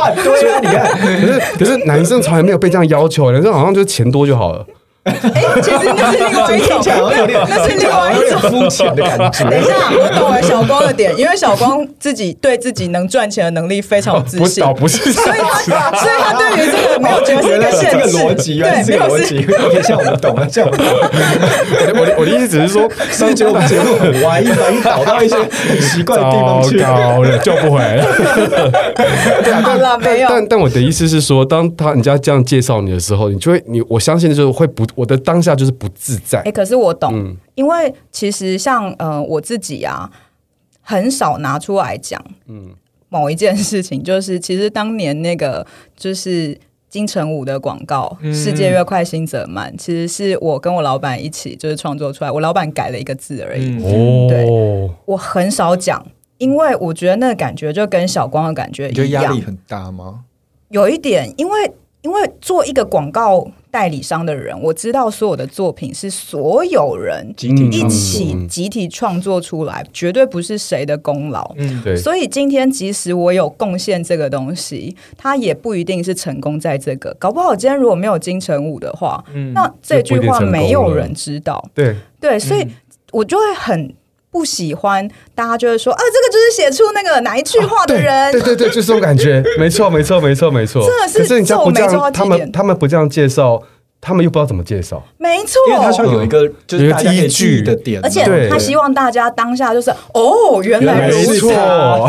Speaker 3: 啊，你看，
Speaker 4: 可是可是男生从来没有被这样要求，男生好像就是钱多就好了。
Speaker 1: 哎，其实那是另外一种，那是另外一种。
Speaker 3: 肤浅的感
Speaker 1: 等一
Speaker 3: 觉。
Speaker 1: 下，我懂了小光的点，因为小光自己对自己能赚钱的能力非常有自
Speaker 4: 不
Speaker 1: 信，
Speaker 4: 倒不是
Speaker 1: 所以他所以他对于这个没有觉得是
Speaker 3: 原
Speaker 1: 一
Speaker 3: 来是
Speaker 1: 个
Speaker 3: 哦这
Speaker 1: 限
Speaker 3: 个
Speaker 1: 制，
Speaker 3: 逻辑，原来
Speaker 1: 对，
Speaker 3: 是这
Speaker 1: 没
Speaker 3: 个
Speaker 1: 有
Speaker 3: 逻 辑，有点像我们懂了，像我们懂了。
Speaker 4: 我的我的意思只是 说，
Speaker 3: 所以觉得我们节目很歪，一般导到一些很奇怪的地方去。
Speaker 4: 糟糕了，救不回来了。
Speaker 1: 是好了，没有。
Speaker 4: 但但我的意思是说，当他人家这样介绍你的时候，你就会你我相信就是会不我的当下就是不自在
Speaker 1: 哎、。可是我懂，
Speaker 4: 嗯
Speaker 1: 因为其实像呃我自己啊，很少拿出来讲，嗯，某一件事情，就是其实当年那个就是。金城武的广告“世界越快，心则慢”，其实是我跟我老板一起就是创作出来，我老板改了一个字而已。
Speaker 3: 嗯，
Speaker 4: 哦，
Speaker 1: 我很少讲，因为我觉得那个感觉就跟小光的感觉
Speaker 5: 你觉得
Speaker 1: 一
Speaker 5: 压
Speaker 1: 样
Speaker 5: 力，很大吗？
Speaker 1: 有一点，因为因为做一个广告代理商的人，我知道所有的作品是所有人
Speaker 4: 嗯
Speaker 3: 集体
Speaker 1: 一
Speaker 3: 创作
Speaker 1: 起集体创作出来，绝对不是谁的功劳。
Speaker 3: 嗯，
Speaker 4: 对，
Speaker 1: 所以今天即使我有贡献这个东西，它也不一定是成功在这个。搞不好今天如果没有金城武的话，
Speaker 3: 嗯
Speaker 1: 那这句话没有人知道。
Speaker 4: 对，
Speaker 1: 对，所以我就会很。不喜欢，大家就会说啊，这个就是写出那个哪一
Speaker 3: 哦
Speaker 1: 句话的人，
Speaker 4: 对对对，就是这种感 觉。没错，没错，没错，没错。
Speaker 1: 真的是
Speaker 4: 可是你这样不这
Speaker 1: 皱眉皱到
Speaker 4: 样，
Speaker 1: 极
Speaker 4: 他们
Speaker 1: 点
Speaker 4: 他们不这样介绍，他们又不知道怎么介绍。
Speaker 1: 没错。
Speaker 3: 因为他需要有一个
Speaker 4: 嗯
Speaker 3: 就是大家可以记忆的点，
Speaker 1: 而且
Speaker 4: 对
Speaker 1: 他希望大家当下就是哦，原来如
Speaker 3: 没
Speaker 1: 此，
Speaker 3: 错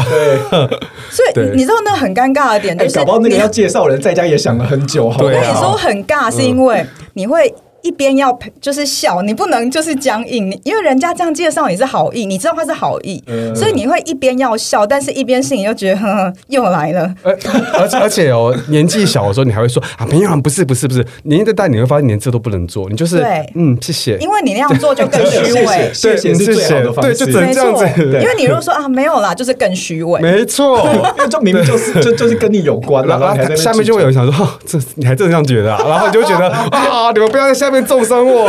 Speaker 3: 对，
Speaker 1: 所以
Speaker 4: 对
Speaker 1: 你你知道那很尴尬的点就
Speaker 3: 哎，
Speaker 1: 是
Speaker 3: 搞不好那个
Speaker 1: 你
Speaker 3: 要介绍人在家也想了很久，好不好
Speaker 4: 对
Speaker 1: 我
Speaker 4: 啊
Speaker 1: 跟你说很尬，是因为你会一边要就是笑，你不能就是僵硬，你因为人家这样介绍你是好意，你知道他是好意，
Speaker 3: 嗯
Speaker 1: 所以你会一边要笑，但是一边心里又觉得哼哼又来了。
Speaker 4: 而而且而且哦，年纪小的时候你还会说啊，没有啊，不是不是不是，年纪再大你会发现连这都不能做，你就是
Speaker 1: 对
Speaker 4: 嗯，谢谢，
Speaker 1: 因为你那样做就更
Speaker 3: 真的
Speaker 1: 虚伪，
Speaker 3: 谢谢，谢谢是最好的 方
Speaker 4: 对
Speaker 3: 式，
Speaker 4: 就只
Speaker 3: 因
Speaker 4: 能
Speaker 1: 没
Speaker 4: 这样
Speaker 1: 错
Speaker 4: 子。
Speaker 1: 因为你如果说啊没有啦，就是更虚伪。
Speaker 4: 没错。
Speaker 3: 为就明明就是就就是跟你有关了，
Speaker 4: 然后
Speaker 3: 然后
Speaker 4: 下面就会有人想说，哦这你还真的这样觉得啊？然后你就会 觉得啊，你们不要在下面重伤我。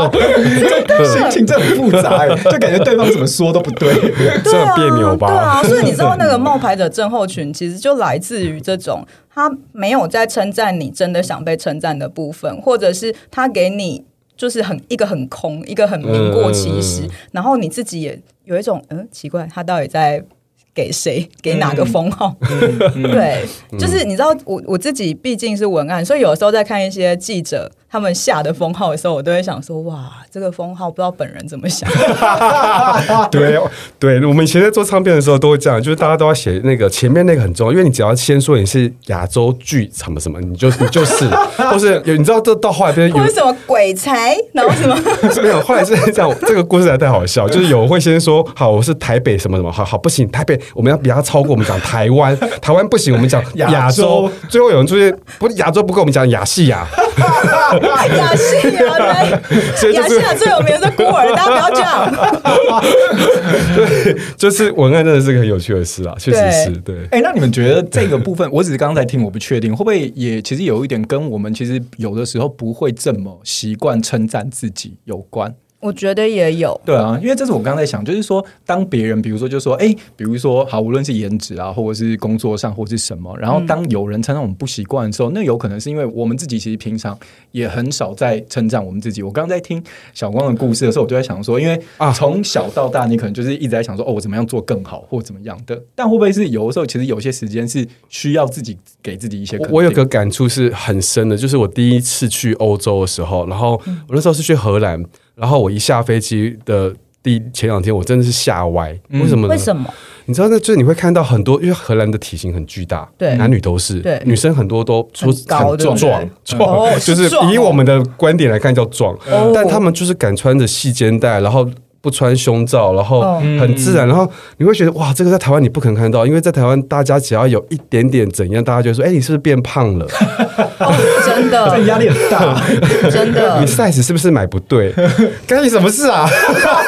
Speaker 3: 心情真的很复杂，哎就感觉对方怎么说都不 对，
Speaker 1: 对啊，
Speaker 4: 这别扭吧
Speaker 1: 对啊，所以你知道那个冒牌者症候群， 其实就来自于这种他没有在称赞你真的想被称赞的部分，或者是他给你就是很一个很空，一个很名过其实，
Speaker 4: 嗯
Speaker 1: 然后你自己也有一种嗯奇怪，他到底在。给谁？给哪个封号？
Speaker 4: 嗯
Speaker 1: 对，就是你知道我我自己毕竟是文案，所以有时候在看一些记者他们下的封号的时候，我都会想说：哇，这个封号不知道本人怎么想。
Speaker 4: 对对，我们以前在做唱片的时候都会这样，就是大家都要写那个前面那个很重要，因为你只要先说你是亚洲剧什么什么，你就你就是， 或是有你知道这到后来 变成
Speaker 1: 或
Speaker 4: 有
Speaker 1: 者什么鬼才，然后什么
Speaker 4: 没有，后来是这样，这个故事还太好 笑，就是有人会先说好，我是台北什么什么，好好不行，台北我们要比他超过，我们讲台 湾，台湾不行，我们讲
Speaker 3: 亚
Speaker 4: 亚洲
Speaker 3: 洲，
Speaker 4: 最后有人出现，不是亚洲不够，我们讲亚细啊 亚，
Speaker 1: 亚细亚呢？
Speaker 4: 所以就
Speaker 1: 亚
Speaker 4: 是
Speaker 1: 细亚啊最有名的是孤儿，大家不要这样。
Speaker 4: 对，就是文案真的是个很有趣的事啊，确实是对。
Speaker 3: 哎、那你们觉得这个部分，我只是刚才听，我不确定会不会也其实有一点跟我们其实有的时候不会这么习惯称赞自己有关。
Speaker 1: 我觉得也有，
Speaker 3: 对
Speaker 4: 嗯
Speaker 3: 啊，因为这是我刚才想，就是说，当别人比如说就说，哎、比如说好，无论是颜值啊，或者是工作上，或者是什么，然后当有人称赞我们不习惯的时候，那有可能是因为我们自己其实平常也很少在称赞我们自己。我刚刚在听小光的故事的时候，我就在想说，因为
Speaker 4: 啊
Speaker 3: 从小到大，你可能就是一直在想说，哦，我怎么样做更好，或怎么样的。但会不会是有的时候，其实有些时间是需要自己给自己一些肯定
Speaker 4: 我有个感触是很深的，就是我第一次去欧洲的时候，然后我那时候是去荷兰，然后我一下飞机的第前两天，我真的是吓歪，为什么呢？
Speaker 1: 为什么？
Speaker 4: 你知道，那就是你会看到很多，因为荷兰的体型很巨大，
Speaker 1: 对
Speaker 4: 男女都是，
Speaker 1: 对
Speaker 4: 女生很多都说
Speaker 1: 很高
Speaker 4: 很
Speaker 1: 对
Speaker 4: 壮
Speaker 1: 不
Speaker 4: 壮
Speaker 1: 对
Speaker 4: 壮
Speaker 1: 哦，
Speaker 4: 就是是
Speaker 1: 壮哦
Speaker 4: 以我们的观点来看叫壮
Speaker 1: 哦，
Speaker 4: 但他们就是敢穿着细肩带，然后。不穿胸罩，然后
Speaker 1: 哦
Speaker 4: 很自然，然后你会觉得哇，这个在台湾你不可能看到，因为在台湾大家只要有一点点怎样，大家就会说，哎、你是不是变胖 了？
Speaker 1: 哦，真
Speaker 3: 这
Speaker 1: 的，
Speaker 3: 压力 很大。
Speaker 1: 真的
Speaker 4: 你，size 是不是买不 对？干你什么事啊？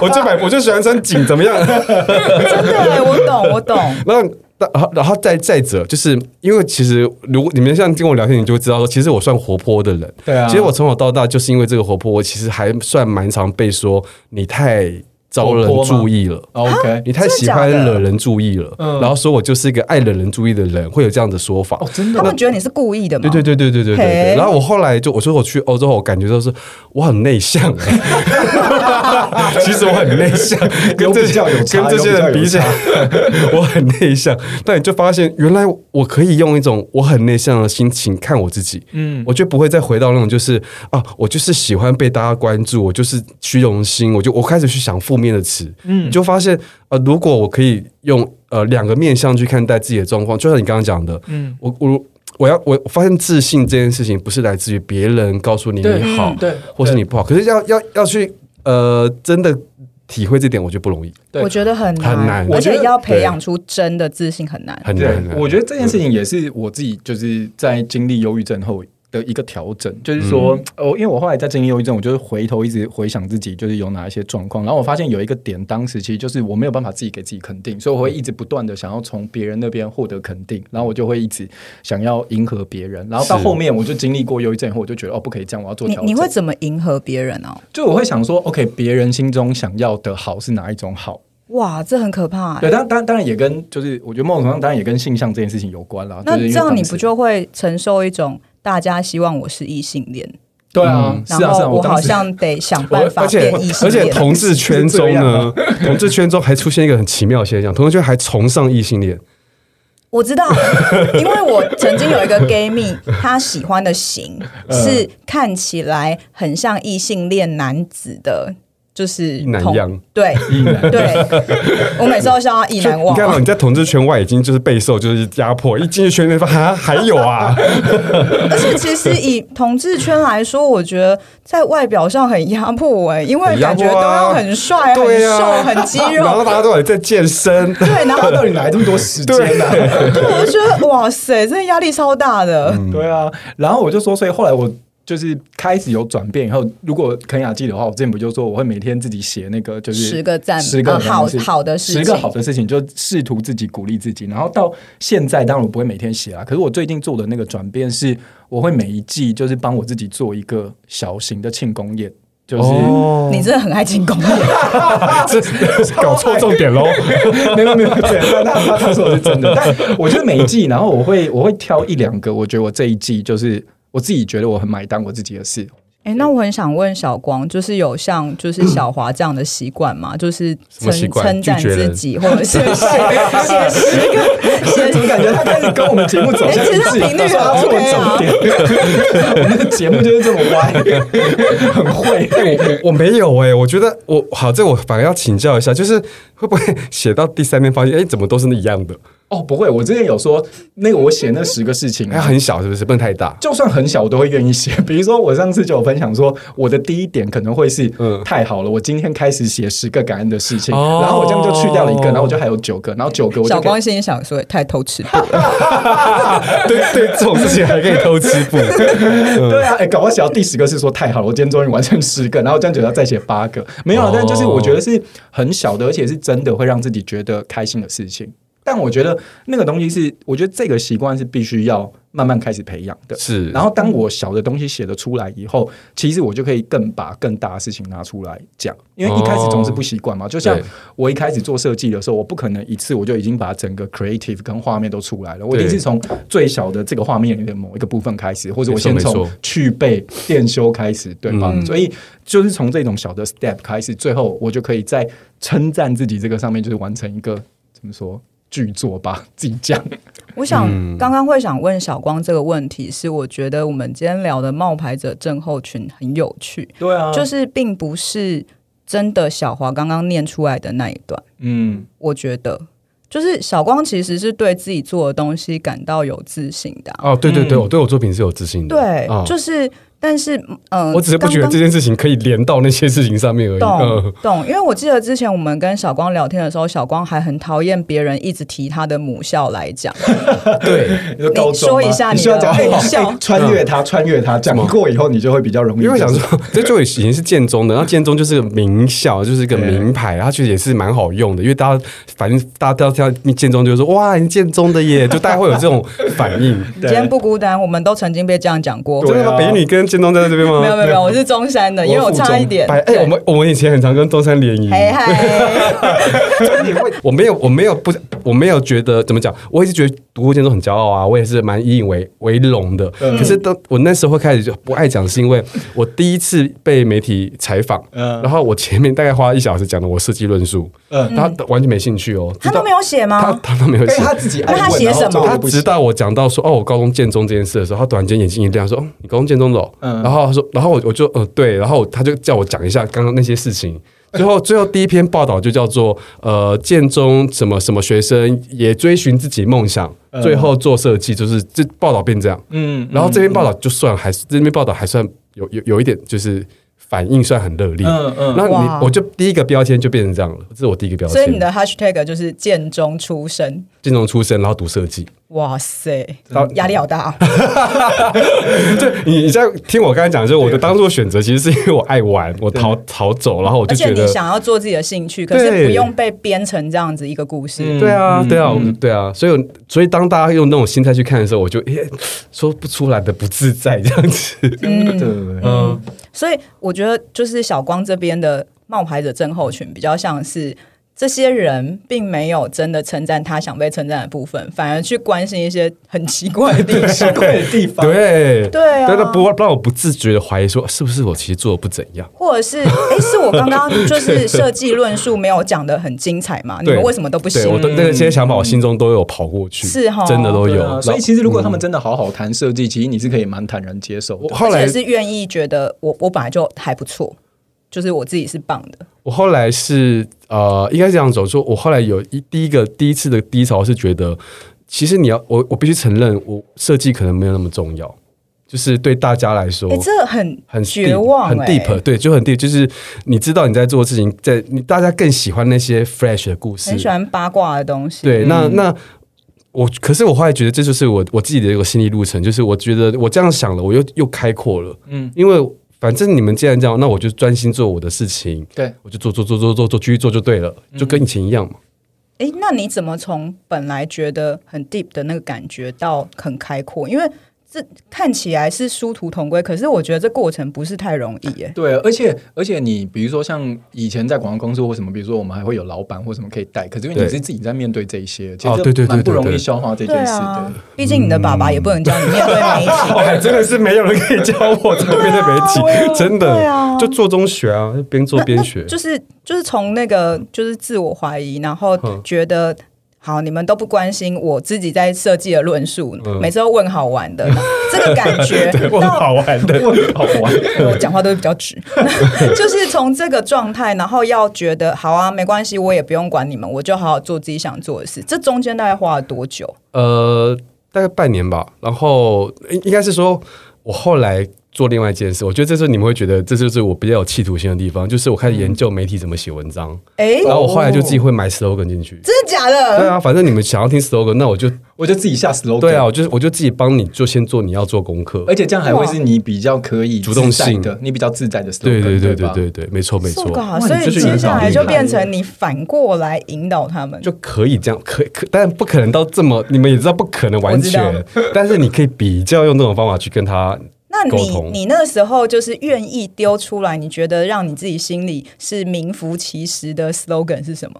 Speaker 4: 我就买，我就喜欢穿紧，怎么样？
Speaker 1: 真的欸，我懂，我懂。
Speaker 4: 然后，然后，然后再再者，就是因为其实如果你们像跟我聊天，你就会知道说，其实我算活泼的人。
Speaker 3: 对啊
Speaker 4: 其实我从小到大就是因为这个活泼，我其实还算蛮常被说你太招人
Speaker 3: 活泼吗
Speaker 4: 注意了。
Speaker 3: OK，
Speaker 4: 你太喜欢
Speaker 1: 真的假的
Speaker 4: 惹人注意了，
Speaker 3: 嗯
Speaker 4: 然后说我就是一个爱惹人注意的人，会有这样的说法。
Speaker 3: 哦，真的
Speaker 1: 他们觉得你是故意的嘛？
Speaker 4: 对对对对对对对对
Speaker 1: 嘿
Speaker 4: 然后我后来就我说我去欧洲后，我感觉到是我很内向、 欸，其实我很内向，跟
Speaker 3: 有
Speaker 4: 这
Speaker 3: 比较
Speaker 4: 些
Speaker 3: 有差
Speaker 4: 跟这些人
Speaker 3: 有比较有
Speaker 4: 比起来，我很内向。但你就发现，原来我可以用一种我很内向的心情看我自己，嗯，我就不会再回到那种就是啊，我就是喜欢被大家关注，我就是虚荣心，我就我开始去想负面的词，嗯，你就发现呃，如果我可以用呃两个面向去看待自己的状况，就像你刚刚讲的，嗯，我我。我要我我发现自信这件事情不是来自于别人告诉你
Speaker 3: 对
Speaker 4: 你
Speaker 1: 嗯
Speaker 4: 好，
Speaker 3: 对
Speaker 4: 或是
Speaker 3: 对
Speaker 4: 你不好，可是要要要去呃真的体会这点，我觉得不容易，
Speaker 3: 对
Speaker 1: 我觉得很
Speaker 4: 很难
Speaker 1: 而
Speaker 3: 我觉
Speaker 1: 且
Speaker 3: 得
Speaker 1: 要培养出真的自信很难。啊
Speaker 4: 很难。
Speaker 3: 对
Speaker 4: 很，难
Speaker 3: 我觉得这件事情也是我自己就是在经历忧郁症后的一个调整，就是说，哦，
Speaker 1: 嗯
Speaker 3: 因为我后来在经历忧郁症，我就是回头一直回想自己，就是有哪一些状况，然后我发现有一个点，当时其实就是我没有办法自己给自己肯定，所以我会一直不断的想要从别人那边获得肯定，然后我就会一直想要迎合别人，然后到
Speaker 4: 是
Speaker 3: 后面我就经历过忧郁症以后，我就觉得哦，不可以这样，我要做
Speaker 1: 你
Speaker 3: 调整。
Speaker 1: 你会怎么迎合别人哦？
Speaker 3: 就我会想说，OK，别人心中想要的好是哪一种好？
Speaker 1: 哇，这很可怕欸、
Speaker 3: 对，当当当然也跟就是我觉得某种程度上当然也跟性向这件事情有关啦。
Speaker 1: 那
Speaker 3: 就是因
Speaker 1: 这
Speaker 3: 为
Speaker 1: 样你
Speaker 3: 当时
Speaker 1: 不就会承受一种大家希望我是异性恋，
Speaker 3: 对啊，是
Speaker 1: 然
Speaker 3: 啊，是啊，
Speaker 1: 后我
Speaker 3: 当
Speaker 1: 好
Speaker 3: 时
Speaker 1: 像得想
Speaker 4: 我
Speaker 1: 办法
Speaker 4: 而且
Speaker 1: 变异性
Speaker 4: 而且
Speaker 1: 恋。
Speaker 4: 同志圈中
Speaker 3: 是这样啊
Speaker 4: 呢，同志圈中还出现一个很奇妙的现象，同志圈还崇尚异性恋，
Speaker 1: 我知道， 因为我曾经有一 个 gay 蜜，他喜欢的型
Speaker 4: 嗯
Speaker 1: 是看起来很像异性恋男子的，就是
Speaker 4: 一男
Speaker 1: 同
Speaker 4: 一样。
Speaker 1: 对
Speaker 3: 异男
Speaker 1: 对，我每次都笑他意难
Speaker 4: 你
Speaker 1: 忘。
Speaker 4: 看到你在同志圈外已经就是备受就是压迫，一进去圈内发现啊还有啊，
Speaker 1: 而且其实以同志圈来说，我觉得在外表上很压迫哎、因为
Speaker 4: 很压
Speaker 1: 感
Speaker 4: 迫啊
Speaker 1: 觉都要很帅、 很
Speaker 4: 对
Speaker 1: 瘦、
Speaker 4: 啊，
Speaker 1: 很肌
Speaker 4: 然后
Speaker 1: 肉，
Speaker 4: 大家都还在健身，
Speaker 1: 对，然
Speaker 3: 他
Speaker 1: 后
Speaker 3: 到底来这么多时间呢、啊
Speaker 1: 对，我就觉得哇塞，真的压力超大的。
Speaker 4: 嗯
Speaker 3: 对啊，然后我就说，所以后来我就是开始有转变以后，如果肯雅记的话，我之前不就说我会每天自己写那个就是
Speaker 1: 十个赞
Speaker 3: 十个
Speaker 1: 啊好
Speaker 3: 是
Speaker 1: 好的事情
Speaker 3: 十个好的事情，就试图自己鼓励自己。然后到现在，当然我不会每天写啊，可是我最近做的那个转变是，我会每一季就是帮我自己做一个小型的庆功宴，就是、
Speaker 1: 你真的很爱进攻，
Speaker 4: 这搞错重点喽。
Speaker 3: 没有没有，对，那他他说的是真的，但我觉得每一季，然后我会我会挑一两个，我觉得我这一季就是我自己觉得我很买单我自己的事。
Speaker 1: 哎、那我很想问小光，就是有像就是小华这样的习惯吗？就是
Speaker 4: 么
Speaker 1: 称
Speaker 4: 习惯
Speaker 1: 称赞
Speaker 4: 拒绝
Speaker 1: 自
Speaker 4: 人
Speaker 1: 己，或者 是写写十个 写
Speaker 3: 怎么感觉他开始跟我们节目走向一
Speaker 1: 哎其
Speaker 3: 致？
Speaker 1: 实他频率
Speaker 3: 他
Speaker 1: 很
Speaker 3: 说他做重点，我们的节目就是这么歪，很 会。
Speaker 4: 我没有哎、我觉得我好，这我反而要请教一下，就是 会不会写到第三天发现，哎、怎么都是那一样的？
Speaker 3: 哦，不会，我之前有说那个我写那十个事情
Speaker 4: 还
Speaker 3: 啊，
Speaker 4: 哎很小是不是？不能太大。
Speaker 3: 就算很小，我都会愿意写。 比如说，我上次就有分享说，我的第一点可能会是，
Speaker 4: 嗯
Speaker 3: 太好了，我今天开始写十个感恩的事情，
Speaker 4: 哦
Speaker 3: 然后我这样就去掉了一个，然后我就还有九个，然后九个我就
Speaker 1: 小
Speaker 3: 可以
Speaker 1: 光心里想说，也太偷吃步了。
Speaker 4: 对对，这种事情还可以偷吃不？
Speaker 3: 对啊，哎、搞不好写到第十个是说太好了，我今天终于完成十个，然后这样觉得要再写八个，没有啊
Speaker 4: 哦，
Speaker 3: 但就是我觉得是很小的，而且是真的会让自己觉得开心的事情。但我觉得那个东西是，我觉得这个习惯是必须要慢慢开始培养 的。
Speaker 4: 是
Speaker 3: 然后当我小的东西写得出来以后，其实我就可以更把更大的事情拿出来讲，因为一开始总是不习惯嘛。就像
Speaker 4: 嗯对
Speaker 3: 我一开始做设计的时候，我不可能一次我就已经把整个 creative 跟画面都出来了，我一定
Speaker 4: 对
Speaker 3: 是从最小的这个画面里的某一个部分开始，或者我
Speaker 4: 没错
Speaker 3: 先
Speaker 4: 没错
Speaker 3: 从去背电修开始，对吧？
Speaker 1: 嗯
Speaker 3: 所以就是从这种小的 step 开始，最后我就可以在称赞自己这个上面，就是完成一个怎么说巨作吧，自己讲。
Speaker 1: 我想
Speaker 4: 嗯
Speaker 1: 刚刚会想问小光这个问题，是我觉得我们今天聊的冒牌者症候群很有趣，
Speaker 3: 对啊
Speaker 1: 就是并不是真的小华刚刚念出来的那一段，
Speaker 3: 嗯，
Speaker 1: 我觉得。就是小光其实是对自己做的东西感到有自信的啊、
Speaker 4: 哦，对对对，
Speaker 3: 嗯
Speaker 4: 我对我作品是有自信的。
Speaker 1: 对，
Speaker 4: 哦
Speaker 1: 就是但是，呃，
Speaker 4: 我只是不觉得
Speaker 1: 刚
Speaker 4: 这件事情可以连到那些事情上面而已。
Speaker 1: 懂
Speaker 4: 嗯，
Speaker 1: 懂，因为我记得之前我们跟小光聊天的时候，小光还很讨厌别人一直提他的母校 来讲。
Speaker 4: 对，
Speaker 3: 你说高中吗啊
Speaker 1: 说一下
Speaker 3: 你
Speaker 1: 你的
Speaker 3: 需要讲
Speaker 1: 母
Speaker 3: 好
Speaker 1: 校
Speaker 3: 哎穿越它，穿越它，讲过以后你就会比较容易。
Speaker 4: 因为我想，说，这就已经是建中的，然后建中就是个名校，就是一个名牌，然后其实也是蛮好用的，因为大家反正大家都要听到建中就说哇，你建中的耶，就大家会有这种反 应。
Speaker 1: 今天不孤单，我们都曾经被这样讲过。
Speaker 3: 对啊
Speaker 4: 真的吗？北一女跟建中站在这边吗？
Speaker 1: 没有没有没有，我是中山的，因为我差一点。
Speaker 4: 哎、
Speaker 1: 对哎
Speaker 4: 我们我们以前很常跟中山联谊。
Speaker 1: 嘿嗨，
Speaker 3: 你会
Speaker 4: 我没有，我没有不，我没有觉得怎么讲，我一直觉得读过建中很骄傲啊，我也是蛮引以为为荣的。
Speaker 3: 嗯
Speaker 4: 可是当我那时候开始就不爱讲，是因为我第一次被媒体采访，
Speaker 3: 嗯
Speaker 4: 然后我前面大概花一小时讲的我设计论述，
Speaker 3: 嗯
Speaker 4: 他完全没兴趣哦，
Speaker 1: 他
Speaker 4: 直到
Speaker 1: 都没有啊写
Speaker 4: 他
Speaker 1: 吗？
Speaker 4: 他都没有
Speaker 3: 哎，
Speaker 4: 写。
Speaker 3: 他自己爱问
Speaker 1: 那他写什么
Speaker 3: 然后做
Speaker 4: 他
Speaker 3: 哦得不
Speaker 4: 直
Speaker 3: 行
Speaker 4: 到我讲到说哦，我高中建中这件事的时候，他突然间眼睛一亮，说：“哦，你高中建中的、哦？”
Speaker 3: 嗯
Speaker 4: 然后他说，然后我我就呃对，然后他就叫我讲一下刚刚那些事情。最后，最后第一篇报道就叫做呃，建中什么什么学生也追寻自己梦想，
Speaker 3: 嗯
Speaker 4: 最后做设计，就是这报道变这样。
Speaker 3: 嗯
Speaker 4: 然后这篇报道就算还是这篇报道还算有有有一点就是反应算很热烈。
Speaker 3: 嗯嗯
Speaker 4: 那
Speaker 1: 哇
Speaker 4: 你我就第一个标签就变成这样了，这是我第一个标签。
Speaker 1: 所以你的 hashtag 就是建中出身。
Speaker 4: 建中出身，然后读设计，
Speaker 1: 哇塞
Speaker 4: 到，
Speaker 1: 压力好大、
Speaker 4: 就 你你在听我刚才讲，就是我的当初选择，其实是因为我爱玩，我逃逃走，然后我
Speaker 1: 而
Speaker 4: 就
Speaker 1: 且
Speaker 4: 觉
Speaker 1: 你
Speaker 4: 得，
Speaker 1: 想要做自己的兴趣，可是
Speaker 4: 对
Speaker 1: 不用被编成这样子一个故事。
Speaker 3: 嗯
Speaker 4: 对啊，对啊，我对啊，所以所以当大家用那种心态去看的时候，我就诶说不出来的不自在这样子，
Speaker 3: 真的
Speaker 4: 嗯，
Speaker 1: 所以我觉得，就是小光这边的冒牌者症候群，比较像是这些人并没有真的称赞他想被称赞的部分，反而去关心一些很奇怪的地
Speaker 3: 奇
Speaker 1: 方。
Speaker 3: 怪的地方，
Speaker 4: 对
Speaker 1: 对啊
Speaker 4: 但是不让我不自觉的怀疑说，是不是我其实做的不怎样？
Speaker 1: 或者是，哎，是我刚刚就是设计论述没有讲的很精彩嘛？你
Speaker 4: 对
Speaker 1: 们为什么都不
Speaker 4: 对
Speaker 1: 行
Speaker 4: 我？的那个些想法，我心中都有跑过去，
Speaker 1: 是哦
Speaker 4: 真的都
Speaker 3: 对
Speaker 4: 有。
Speaker 3: 啊
Speaker 4: 然后
Speaker 3: 所以其实如果他们真的好好谈设计，其实你是可以蛮坦然接受
Speaker 4: 我
Speaker 3: 的。
Speaker 4: 后来
Speaker 1: 而且是愿意觉得我我本来就还不错，就是我自己是棒的。
Speaker 4: 我后来是呃，应该是这样走，说我后来有一第一个第一次的低潮是觉得，其实你要我我必须承认，我设计可能没有那么重要，就是对大家来说
Speaker 1: 哎，。这很
Speaker 4: 很 deep,
Speaker 1: 绝望，
Speaker 4: 很
Speaker 1: 诶
Speaker 4: deep，对，就很 deep，就是你知道你在做的事情，在你大家更喜欢那些 fresh 的故事
Speaker 1: 很，喜欢嗯八卦的东西。
Speaker 4: 对，那那我，可是我后来觉得这就是我我自己的一个心理路程，就是我觉得我这样想了，我又又开阔了，
Speaker 3: 嗯
Speaker 4: 嗯，因为反正你们既然这样，那我就专心做我的事情，
Speaker 3: 对，
Speaker 4: 我就做做做做做做，继续做就对了，就跟以前一样嘛。
Speaker 1: 诶，那你怎么从本来觉得很 deep 的那个感觉到很开阔？因为这看起来是殊途同归，可是我觉得这过程不是太容易耶。
Speaker 3: 对，而且而且你比如说像以前在广告公司或什么，比如说我们还会有老板或什么可以带，可是因为你
Speaker 4: 对
Speaker 3: 是自己在面对这一些，其
Speaker 4: 哦对
Speaker 3: 实
Speaker 4: 对对
Speaker 3: 蛮不
Speaker 4: 对
Speaker 3: 容易
Speaker 4: 对
Speaker 3: 消化这
Speaker 1: 对
Speaker 3: 件事
Speaker 1: 啊嗯
Speaker 3: 的。，
Speaker 1: 毕竟你的爸爸也不能叫你面对啊媒 体。
Speaker 4: 哦，还真的是没有人可以教我这边的媒体，真
Speaker 1: 对啊
Speaker 4: 的，就做中学啊，边做边学，
Speaker 1: 就是就是从那个就是自我怀疑，然后
Speaker 4: 嗯
Speaker 1: 觉得。好，你们都不关心我自己在设计的论述，
Speaker 4: 嗯
Speaker 1: 每次都问好玩 的，这个感觉
Speaker 4: 我很
Speaker 1: 到
Speaker 4: 好玩的，
Speaker 3: 好玩，
Speaker 1: 我讲话都会比较直， 就是从这个状态，然后要觉得好啊，没关系，我也不用管你们，我就好好做自己想做的事。这中间大概花了多久？
Speaker 4: 呃，大概半年吧。然后应应该是说，我后来做另外一件事，我觉得这时候你们会觉得这就是我比较有企图心的地方，就是我开始研究媒体怎么写文章，
Speaker 1: 哎、
Speaker 4: 然后我后来就自己会买 slogan 进去。
Speaker 1: 真的假
Speaker 4: 哦对
Speaker 1: 的？
Speaker 4: 啊，反正你们想要听 slogan，那我就
Speaker 3: 我就自己下 slogan。
Speaker 4: 对啊，，我就我就自己帮你，就先做你要做功课
Speaker 3: 而。且这样还会是你比较可以
Speaker 4: 主动
Speaker 3: 自在
Speaker 4: 性
Speaker 3: 的，你比较自在的 slogan，
Speaker 4: 对对对对
Speaker 3: 吧？
Speaker 4: 对对，没错没错
Speaker 1: 受，够啊
Speaker 3: 哇
Speaker 1: 所
Speaker 3: 你
Speaker 1: 以
Speaker 3: 这是
Speaker 1: 接下来就
Speaker 3: 引导力
Speaker 1: 变成你反过来引导他们，
Speaker 4: 就可以这样，可可，但不可能到这么，你们也知道不可能完
Speaker 1: 我知
Speaker 4: 全， 但是你可以比较用这种方法去跟他
Speaker 1: 那
Speaker 4: 沟
Speaker 1: 你
Speaker 4: 通
Speaker 1: 你那时候就是愿意丢出来，你觉得让你自己心里是名副其实的 slogan 是什么？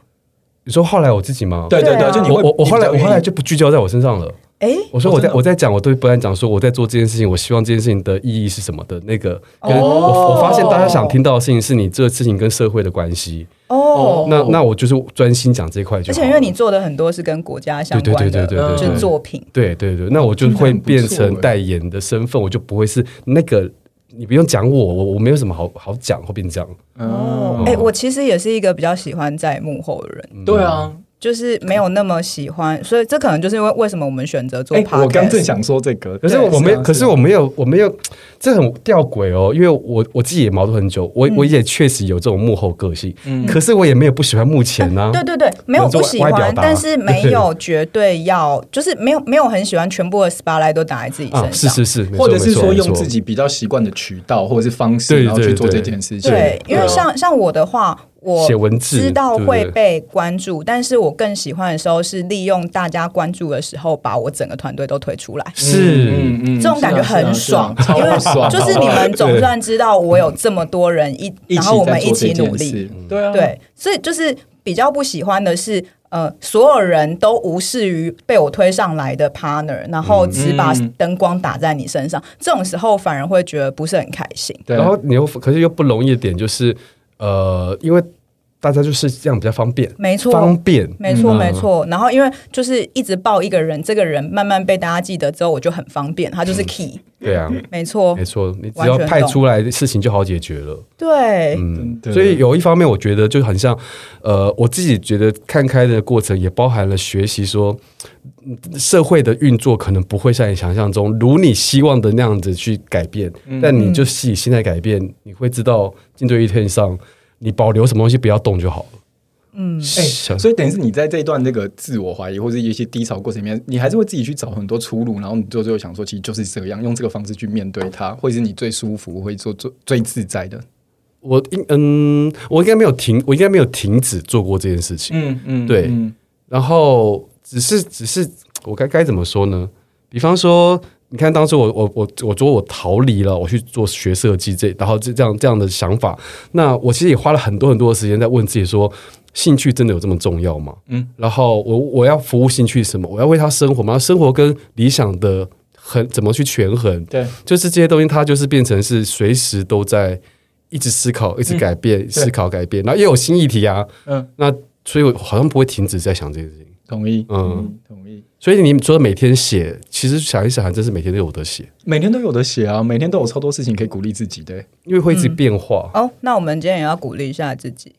Speaker 4: 你说后来我自己吗？
Speaker 3: 对对
Speaker 1: 对啊
Speaker 3: 对，就你
Speaker 4: 我
Speaker 3: 会
Speaker 4: 我我后来
Speaker 3: 你
Speaker 4: 我
Speaker 3: 比较愿意
Speaker 4: 后来就不聚焦在我身上了。
Speaker 1: 哎、
Speaker 4: 我说
Speaker 3: 哦
Speaker 4: 我
Speaker 3: 真
Speaker 4: 在
Speaker 3: 的
Speaker 4: 我在讲，我对不然讲说我在做这件事情，我希望这件事情的意义是什么的那个。跟
Speaker 1: 哦
Speaker 4: 我我发现大家想听到的事情是你这个事情跟社会的关系。
Speaker 1: 哦，
Speaker 4: 那那我就是专心讲这一块就
Speaker 1: 而
Speaker 4: 好
Speaker 1: 且
Speaker 4: 了。
Speaker 1: 因为你做的很多是跟国家相
Speaker 4: 对对
Speaker 1: 关的，
Speaker 4: 对对对
Speaker 3: 对
Speaker 1: 就
Speaker 3: 对
Speaker 1: 是作品。
Speaker 4: 对对对，那我就会变
Speaker 3: 听起来很
Speaker 4: 成
Speaker 3: 不错欸
Speaker 4: 代言的身份，我就不会是那个。你不用讲我，我我没有什么好好讲，会变这样。嗯
Speaker 1: 哦，哎、我其实也是一个比较喜欢在幕后的人，
Speaker 3: 对啊，
Speaker 1: 就是没有那么喜欢，所以这可能就是因为为什么我们选择做
Speaker 3: 哎、
Speaker 1: podcast。
Speaker 3: 我刚正想说这个，啊
Speaker 4: 可是我没
Speaker 3: 没，
Speaker 4: 有，可是我没有，我没有，这很吊诡哦。因为我我自己也矛盾很久，
Speaker 3: 嗯
Speaker 4: 我、我也确实有这种幕后个性，可是我也没有不喜欢幕前啊呢、
Speaker 1: 对对对，没有
Speaker 4: 我做
Speaker 1: 不喜
Speaker 4: 外表
Speaker 1: 欢，
Speaker 4: 达
Speaker 1: 但是没有绝对要，就是没有没有很喜欢全部的 spotlight 都打在自己身上。
Speaker 4: 啊，是是是，没错
Speaker 3: 或者是
Speaker 4: 没错
Speaker 3: 说
Speaker 4: 没
Speaker 3: 用
Speaker 4: 错
Speaker 3: 自己比较习惯的渠道或者是方式，
Speaker 4: 对
Speaker 3: 然后去
Speaker 4: 对
Speaker 3: 做这
Speaker 4: 对
Speaker 3: 件事情。
Speaker 1: 对，因为
Speaker 3: 啊
Speaker 1: 像像我的话，我
Speaker 4: 写文字
Speaker 1: 知道
Speaker 4: 对不
Speaker 1: 会
Speaker 4: 对
Speaker 1: 被关注，但是我更喜欢的时候是利用大家关注的时候，把我整个团队都推出来。
Speaker 4: 是、
Speaker 3: 嗯
Speaker 1: 这种感觉很爽，
Speaker 3: 是啊
Speaker 1: 因
Speaker 3: 是啊
Speaker 1: 为
Speaker 3: 超爽，
Speaker 1: 就是你们总
Speaker 4: 对
Speaker 1: 算知道我有这么多人一，
Speaker 3: 一
Speaker 1: 然
Speaker 3: 起
Speaker 1: 后我们
Speaker 3: 在
Speaker 1: 一
Speaker 3: 做这
Speaker 1: 起
Speaker 3: 件
Speaker 1: 努力，
Speaker 3: 事，对
Speaker 4: 嗯
Speaker 3: 啊，
Speaker 1: 对，所以就是比较不喜欢的是，呃，所有人都无视于被我推上来的 partner，然后只把
Speaker 3: 嗯
Speaker 1: 灯光打在你身上，这种时候反而会觉得不是很开心。
Speaker 3: 对啊
Speaker 4: 然后你又可是又不容易的点就是，呃，因为大家就是这样比较方便，
Speaker 1: 没错
Speaker 4: 方便，
Speaker 1: 没错，
Speaker 4: 嗯
Speaker 1: 没错。然后因为就是一直报一个人，这个人慢慢被大家记得之后，我就很方便，他就是 key，
Speaker 4: 对啊，
Speaker 3: 嗯
Speaker 1: 没错
Speaker 4: 没，错，你只
Speaker 1: 完
Speaker 4: 要
Speaker 1: 全
Speaker 4: 派
Speaker 1: 懂
Speaker 4: 出来，事情就好解决了。
Speaker 1: 对，
Speaker 3: 真的
Speaker 4: 所以有一方面，我觉得就很像，呃，我自己觉得看开的过程也包含了学习说，嗯社会的运作可能不会像你想象中如你希望的那样子去改变，但你就自己现在改变，你会知道进对一天上，你保留什么东西不要动就好了。嗯，
Speaker 3: 哎、所以等于是你在这一段这个自我怀疑或者一些低潮过程里面，你还是会自己去找很多出路，然后你最后想说，其实就是这样，用这个方式去面对它，会是你最舒服、会做最最自在的。
Speaker 4: 我应嗯，我应该没有停，我应该没有停止做过这件事情。
Speaker 3: 嗯嗯
Speaker 4: 对然后只是只是我该该怎么说呢？比方说，你看当时我我我我说我逃离了，我去做学设计这，然后这这样这样的想法，那我其实也花了很多很多的时间在问自己说。兴趣真的有这么重要吗？嗯，然后我我要服务兴趣是什么？我要为他生活吗？生活跟理想的很怎么去权衡？
Speaker 3: 对，
Speaker 4: 就是这些东西，它就是变成是随时都在一直思考，一直改变，
Speaker 1: 嗯
Speaker 4: 思考改变，然后也有新议题啊。
Speaker 3: 嗯，
Speaker 4: 那所以我好像不会停止在想这件事情。
Speaker 3: 同意，
Speaker 4: 嗯，
Speaker 3: 同意。
Speaker 4: 所以你说每天写，其实想一想，还真是每天都有的写，
Speaker 3: 每天都有的写啊，每天都有超多事情可以鼓励自己的、
Speaker 4: 因为会一直变化。
Speaker 1: 哦，那我们今天也要鼓励一下自己，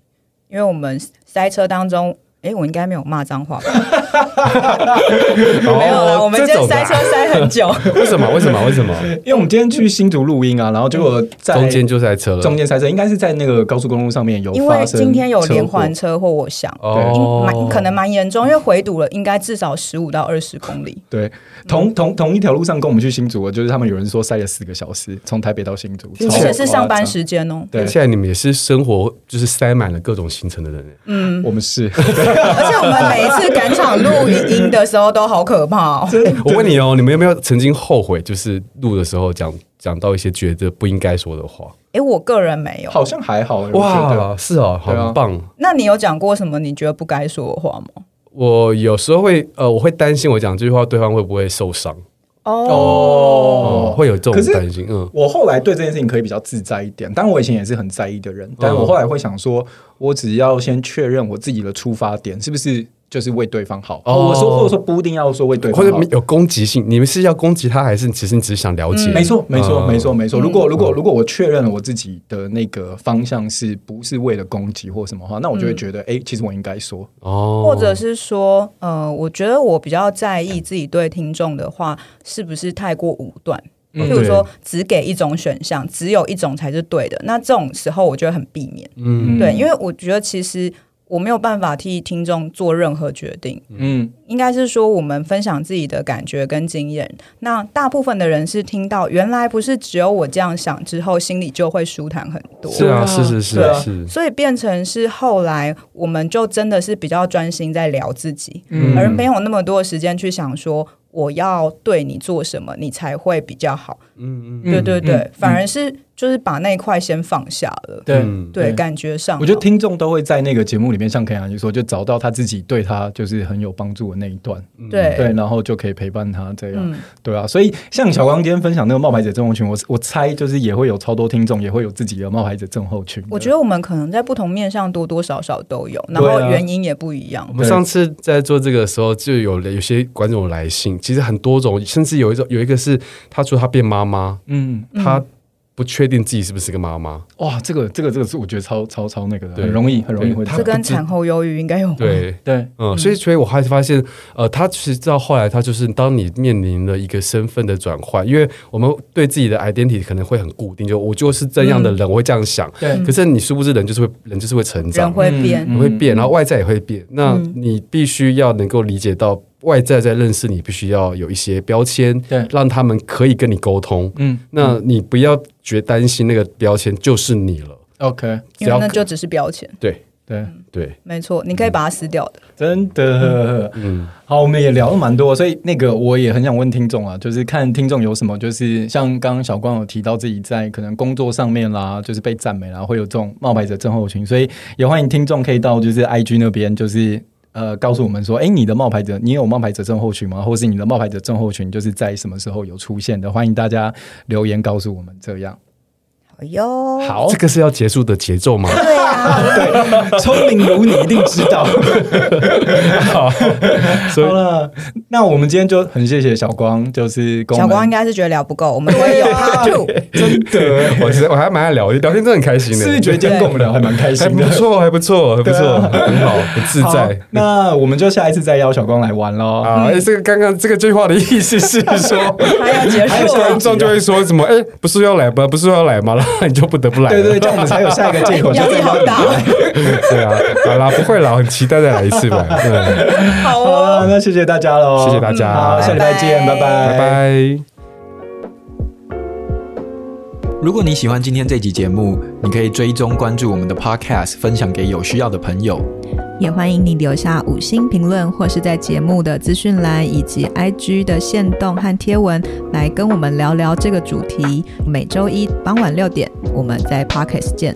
Speaker 1: 因为我们塞车当中，诶，我应该没有骂脏话吧？嗯没有啦，我们
Speaker 4: 哦这
Speaker 1: 今天
Speaker 4: 种的
Speaker 1: 塞
Speaker 4: 啊
Speaker 1: 车塞很久。
Speaker 4: 为什么？为什么？为什 么？
Speaker 3: 因为我们今天去新竹录音啊，然后结果在
Speaker 4: 中间就塞车了。
Speaker 3: 中间塞车，应该是在那个高速公路上面有
Speaker 1: 因
Speaker 3: 发
Speaker 1: 为
Speaker 3: 生
Speaker 1: 今天有连环
Speaker 3: 车
Speaker 1: 车祸，我想
Speaker 4: 哦
Speaker 1: 应蛮可能蛮严重，因为回堵了，应该至少十五到二十公里。
Speaker 3: 祸，对，同同同一条路上跟我们去新竹的，就是他们有人说塞了四个小时，从台北到新竹，
Speaker 1: 而
Speaker 3: 超
Speaker 1: 且是上
Speaker 3: 夸
Speaker 1: 班
Speaker 3: 张，
Speaker 1: 时间哦，
Speaker 3: 对
Speaker 4: 现，在你们也是生活就是塞满了各种行程的人，欸
Speaker 1: 嗯
Speaker 3: 我们是
Speaker 1: 而且我们每一 次赶场录音的时候都好可怕哦。
Speaker 4: 哎我问你哦，你们有没有曾经后悔，就是录的时候讲讲到一些觉得不应该说的话？
Speaker 1: 诶，我个人没有。
Speaker 3: 好像还好、欸，我觉得
Speaker 4: 哇，是哦，
Speaker 3: 对啊
Speaker 4: 很棒。
Speaker 1: 那你有讲过什么你觉得不该说的话吗？
Speaker 4: 我有时候会呃，我会担心我讲这句话，对方会不会受伤？
Speaker 3: 哦
Speaker 4: 哦，会有这
Speaker 3: 可
Speaker 4: 种
Speaker 3: 是
Speaker 4: 担心。嗯，
Speaker 3: 我后来对这件事情可以比较自在一点，但我以前也是很在意的人，但我后来会想说，我只要先确认我自己的出发点是不是就是为对方好，
Speaker 4: 哦
Speaker 3: 我说或者说不一定要说为对
Speaker 4: 或
Speaker 3: 方
Speaker 4: 者
Speaker 3: 好。
Speaker 4: 有攻击性，你们是要攻击他，还是其实你只是想了解？
Speaker 3: 没错，没错，
Speaker 4: 嗯
Speaker 3: 没错，没错。如果如果如果我确认了我自己的那个方向是不是为了攻击或什么话，那我就会觉得，哎、其实我应该说，
Speaker 4: 哦，
Speaker 1: 或者是说，呃，我觉得我比较在意自己对听众的话是不是太过武断，
Speaker 3: 嗯
Speaker 1: 譬如说只给一种选项，只有一种才是对的。那这种时候，我觉得很避免。
Speaker 4: 嗯
Speaker 1: 对，因为我觉得其实我没有办法替听众做任何决定，
Speaker 3: 嗯，
Speaker 1: 应该是说我们分享自己的感觉跟经验。那大部分的人是听到原来不是只有我这样想之后，心里就会舒坦很多。
Speaker 4: 是啊，是是是
Speaker 3: 对啊
Speaker 4: 是，
Speaker 1: 所以变成是后来，我们就真的是比较专心在聊自己，
Speaker 3: 嗯
Speaker 1: 而没有那么多时间去想说我要对你做什么，你才会比较好。
Speaker 4: 嗯嗯，
Speaker 1: 对对对，
Speaker 3: 嗯
Speaker 1: 反而是就是把那一块先放下了。
Speaker 3: 对
Speaker 4: 嗯
Speaker 1: 对，感觉上啊，
Speaker 3: 我觉得听众都会在那个节目里面，像肯雅你说，就找到他自己对他就是很有帮助的那一段，
Speaker 4: 嗯
Speaker 1: 对
Speaker 3: 对，然后就可以陪伴他这样，
Speaker 1: 嗯
Speaker 3: 对啊。所以像小刚今天分享那个冒牌者症候群，我我猜就是也会有超多听众也会有自己的冒牌者症候群的。
Speaker 1: 我觉得我们可能在不同面上多多少少都有，然
Speaker 3: 对啊
Speaker 1: 后原因也不一样
Speaker 4: 我。们上次在做这个的时候，就有有些观众来信，其实很多种，甚至有一种有一个是他说他变妈妈，
Speaker 3: 嗯，
Speaker 4: 他不确定自己是不是个妈妈，
Speaker 3: 哇，这个这个这个是我觉得超超超那个的，
Speaker 4: 对
Speaker 3: 很容易很容易
Speaker 4: 对
Speaker 3: 会
Speaker 4: 他
Speaker 1: 这
Speaker 3: 这
Speaker 4: 个
Speaker 3: 样
Speaker 1: 跟产后忧郁应该有关。
Speaker 4: 对。
Speaker 3: 对
Speaker 4: 嗯，所以所以我还是发现，呃，他其实到后来，他就是当你面临了一个身份的转换，因为我们对自己的 identity 可能会很固定，就我就是这样的人，我会这样想。
Speaker 3: 对
Speaker 4: 可是你殊不知，人就是会人就是会成
Speaker 1: 人
Speaker 4: 长，
Speaker 1: 会变，
Speaker 4: 你会变，然后外在也会变。那你必须要能够理解到外在在认识你，必须要有一些标签，
Speaker 3: 对
Speaker 4: 让他们可以跟你沟通。
Speaker 3: 嗯
Speaker 4: 那你不要觉担心那个标签就是你了，
Speaker 3: ，OK，
Speaker 4: 只
Speaker 1: 因为
Speaker 4: 要
Speaker 1: 那
Speaker 4: 可
Speaker 1: 就只是标签，
Speaker 4: 对
Speaker 3: 对，
Speaker 1: 嗯
Speaker 4: 对，
Speaker 1: 没错，你可以把它撕掉的。
Speaker 3: 真的，嗯，好，我们也聊了蛮多，所以那个我也很想问听众啊，就是看听众有什么，就是像刚刚小光有提到自己在可能工作上面啦，就是被赞美啦，会有这种冒牌者症候群，所以也欢迎听众可以到就是 IG 那边，就是呃告诉我们说，哎、你的冒牌者，你有冒牌者症候群吗？或是你的冒牌者症候群就是在什么时候有出现的？欢迎大家留言告诉我们，这样
Speaker 1: 好哟，
Speaker 3: 好
Speaker 4: 这，个是要结束的节奏吗？
Speaker 1: 对啊，
Speaker 3: 聪明如你一定知 道。
Speaker 4: 所以
Speaker 3: 好了，那我们今天就很谢谢小光，就是跟我
Speaker 1: 小
Speaker 3: 们
Speaker 1: 光应该是觉得聊不够，我们会有 part two。
Speaker 3: 真的
Speaker 4: 我其实我还蛮爱聊，聊天真的很开心的，
Speaker 3: 是觉得今天跟我们聊还蛮开
Speaker 4: 还
Speaker 3: 心
Speaker 4: 不
Speaker 3: 的。
Speaker 4: 错，还不错，还不
Speaker 3: 对
Speaker 4: 错，
Speaker 3: 啊
Speaker 4: 很 好，很自
Speaker 3: 好
Speaker 4: 在。
Speaker 3: 那我们就下一次再邀小光来玩喽。
Speaker 4: 啊，哎这个刚刚这个句话的意思是说，
Speaker 1: 还要结
Speaker 3: 还有啊
Speaker 1: 束
Speaker 3: 下一
Speaker 1: 了
Speaker 4: 观众就会说什么？哎，不是要来吗？不是要来吗？然后 你就不得不来了。
Speaker 3: 对对，这样我们才有下一个借口，就
Speaker 1: 压
Speaker 3: 再
Speaker 1: 力
Speaker 3: 邀
Speaker 1: 好
Speaker 3: 你
Speaker 1: 大，
Speaker 3: 来。
Speaker 4: 对啊，好啦，不会啦，我很期待再来一次吧。嗯，
Speaker 1: 好
Speaker 3: 好
Speaker 1: 哦
Speaker 3: 了，。那谢谢大家喽，
Speaker 4: 谢谢大家
Speaker 3: 好，下礼拜见，
Speaker 1: 拜拜
Speaker 4: 拜拜。
Speaker 5: 如果你喜欢今天这集节目，你可以追踪关注我们的 Podcast，分享给有需要的朋友。
Speaker 2: 也欢迎你留下五星评论，或是在节目的资讯栏以及 IG 的线动和贴文来跟我们聊聊这个主题。每周一傍晚六点，我们在 Podcast 见。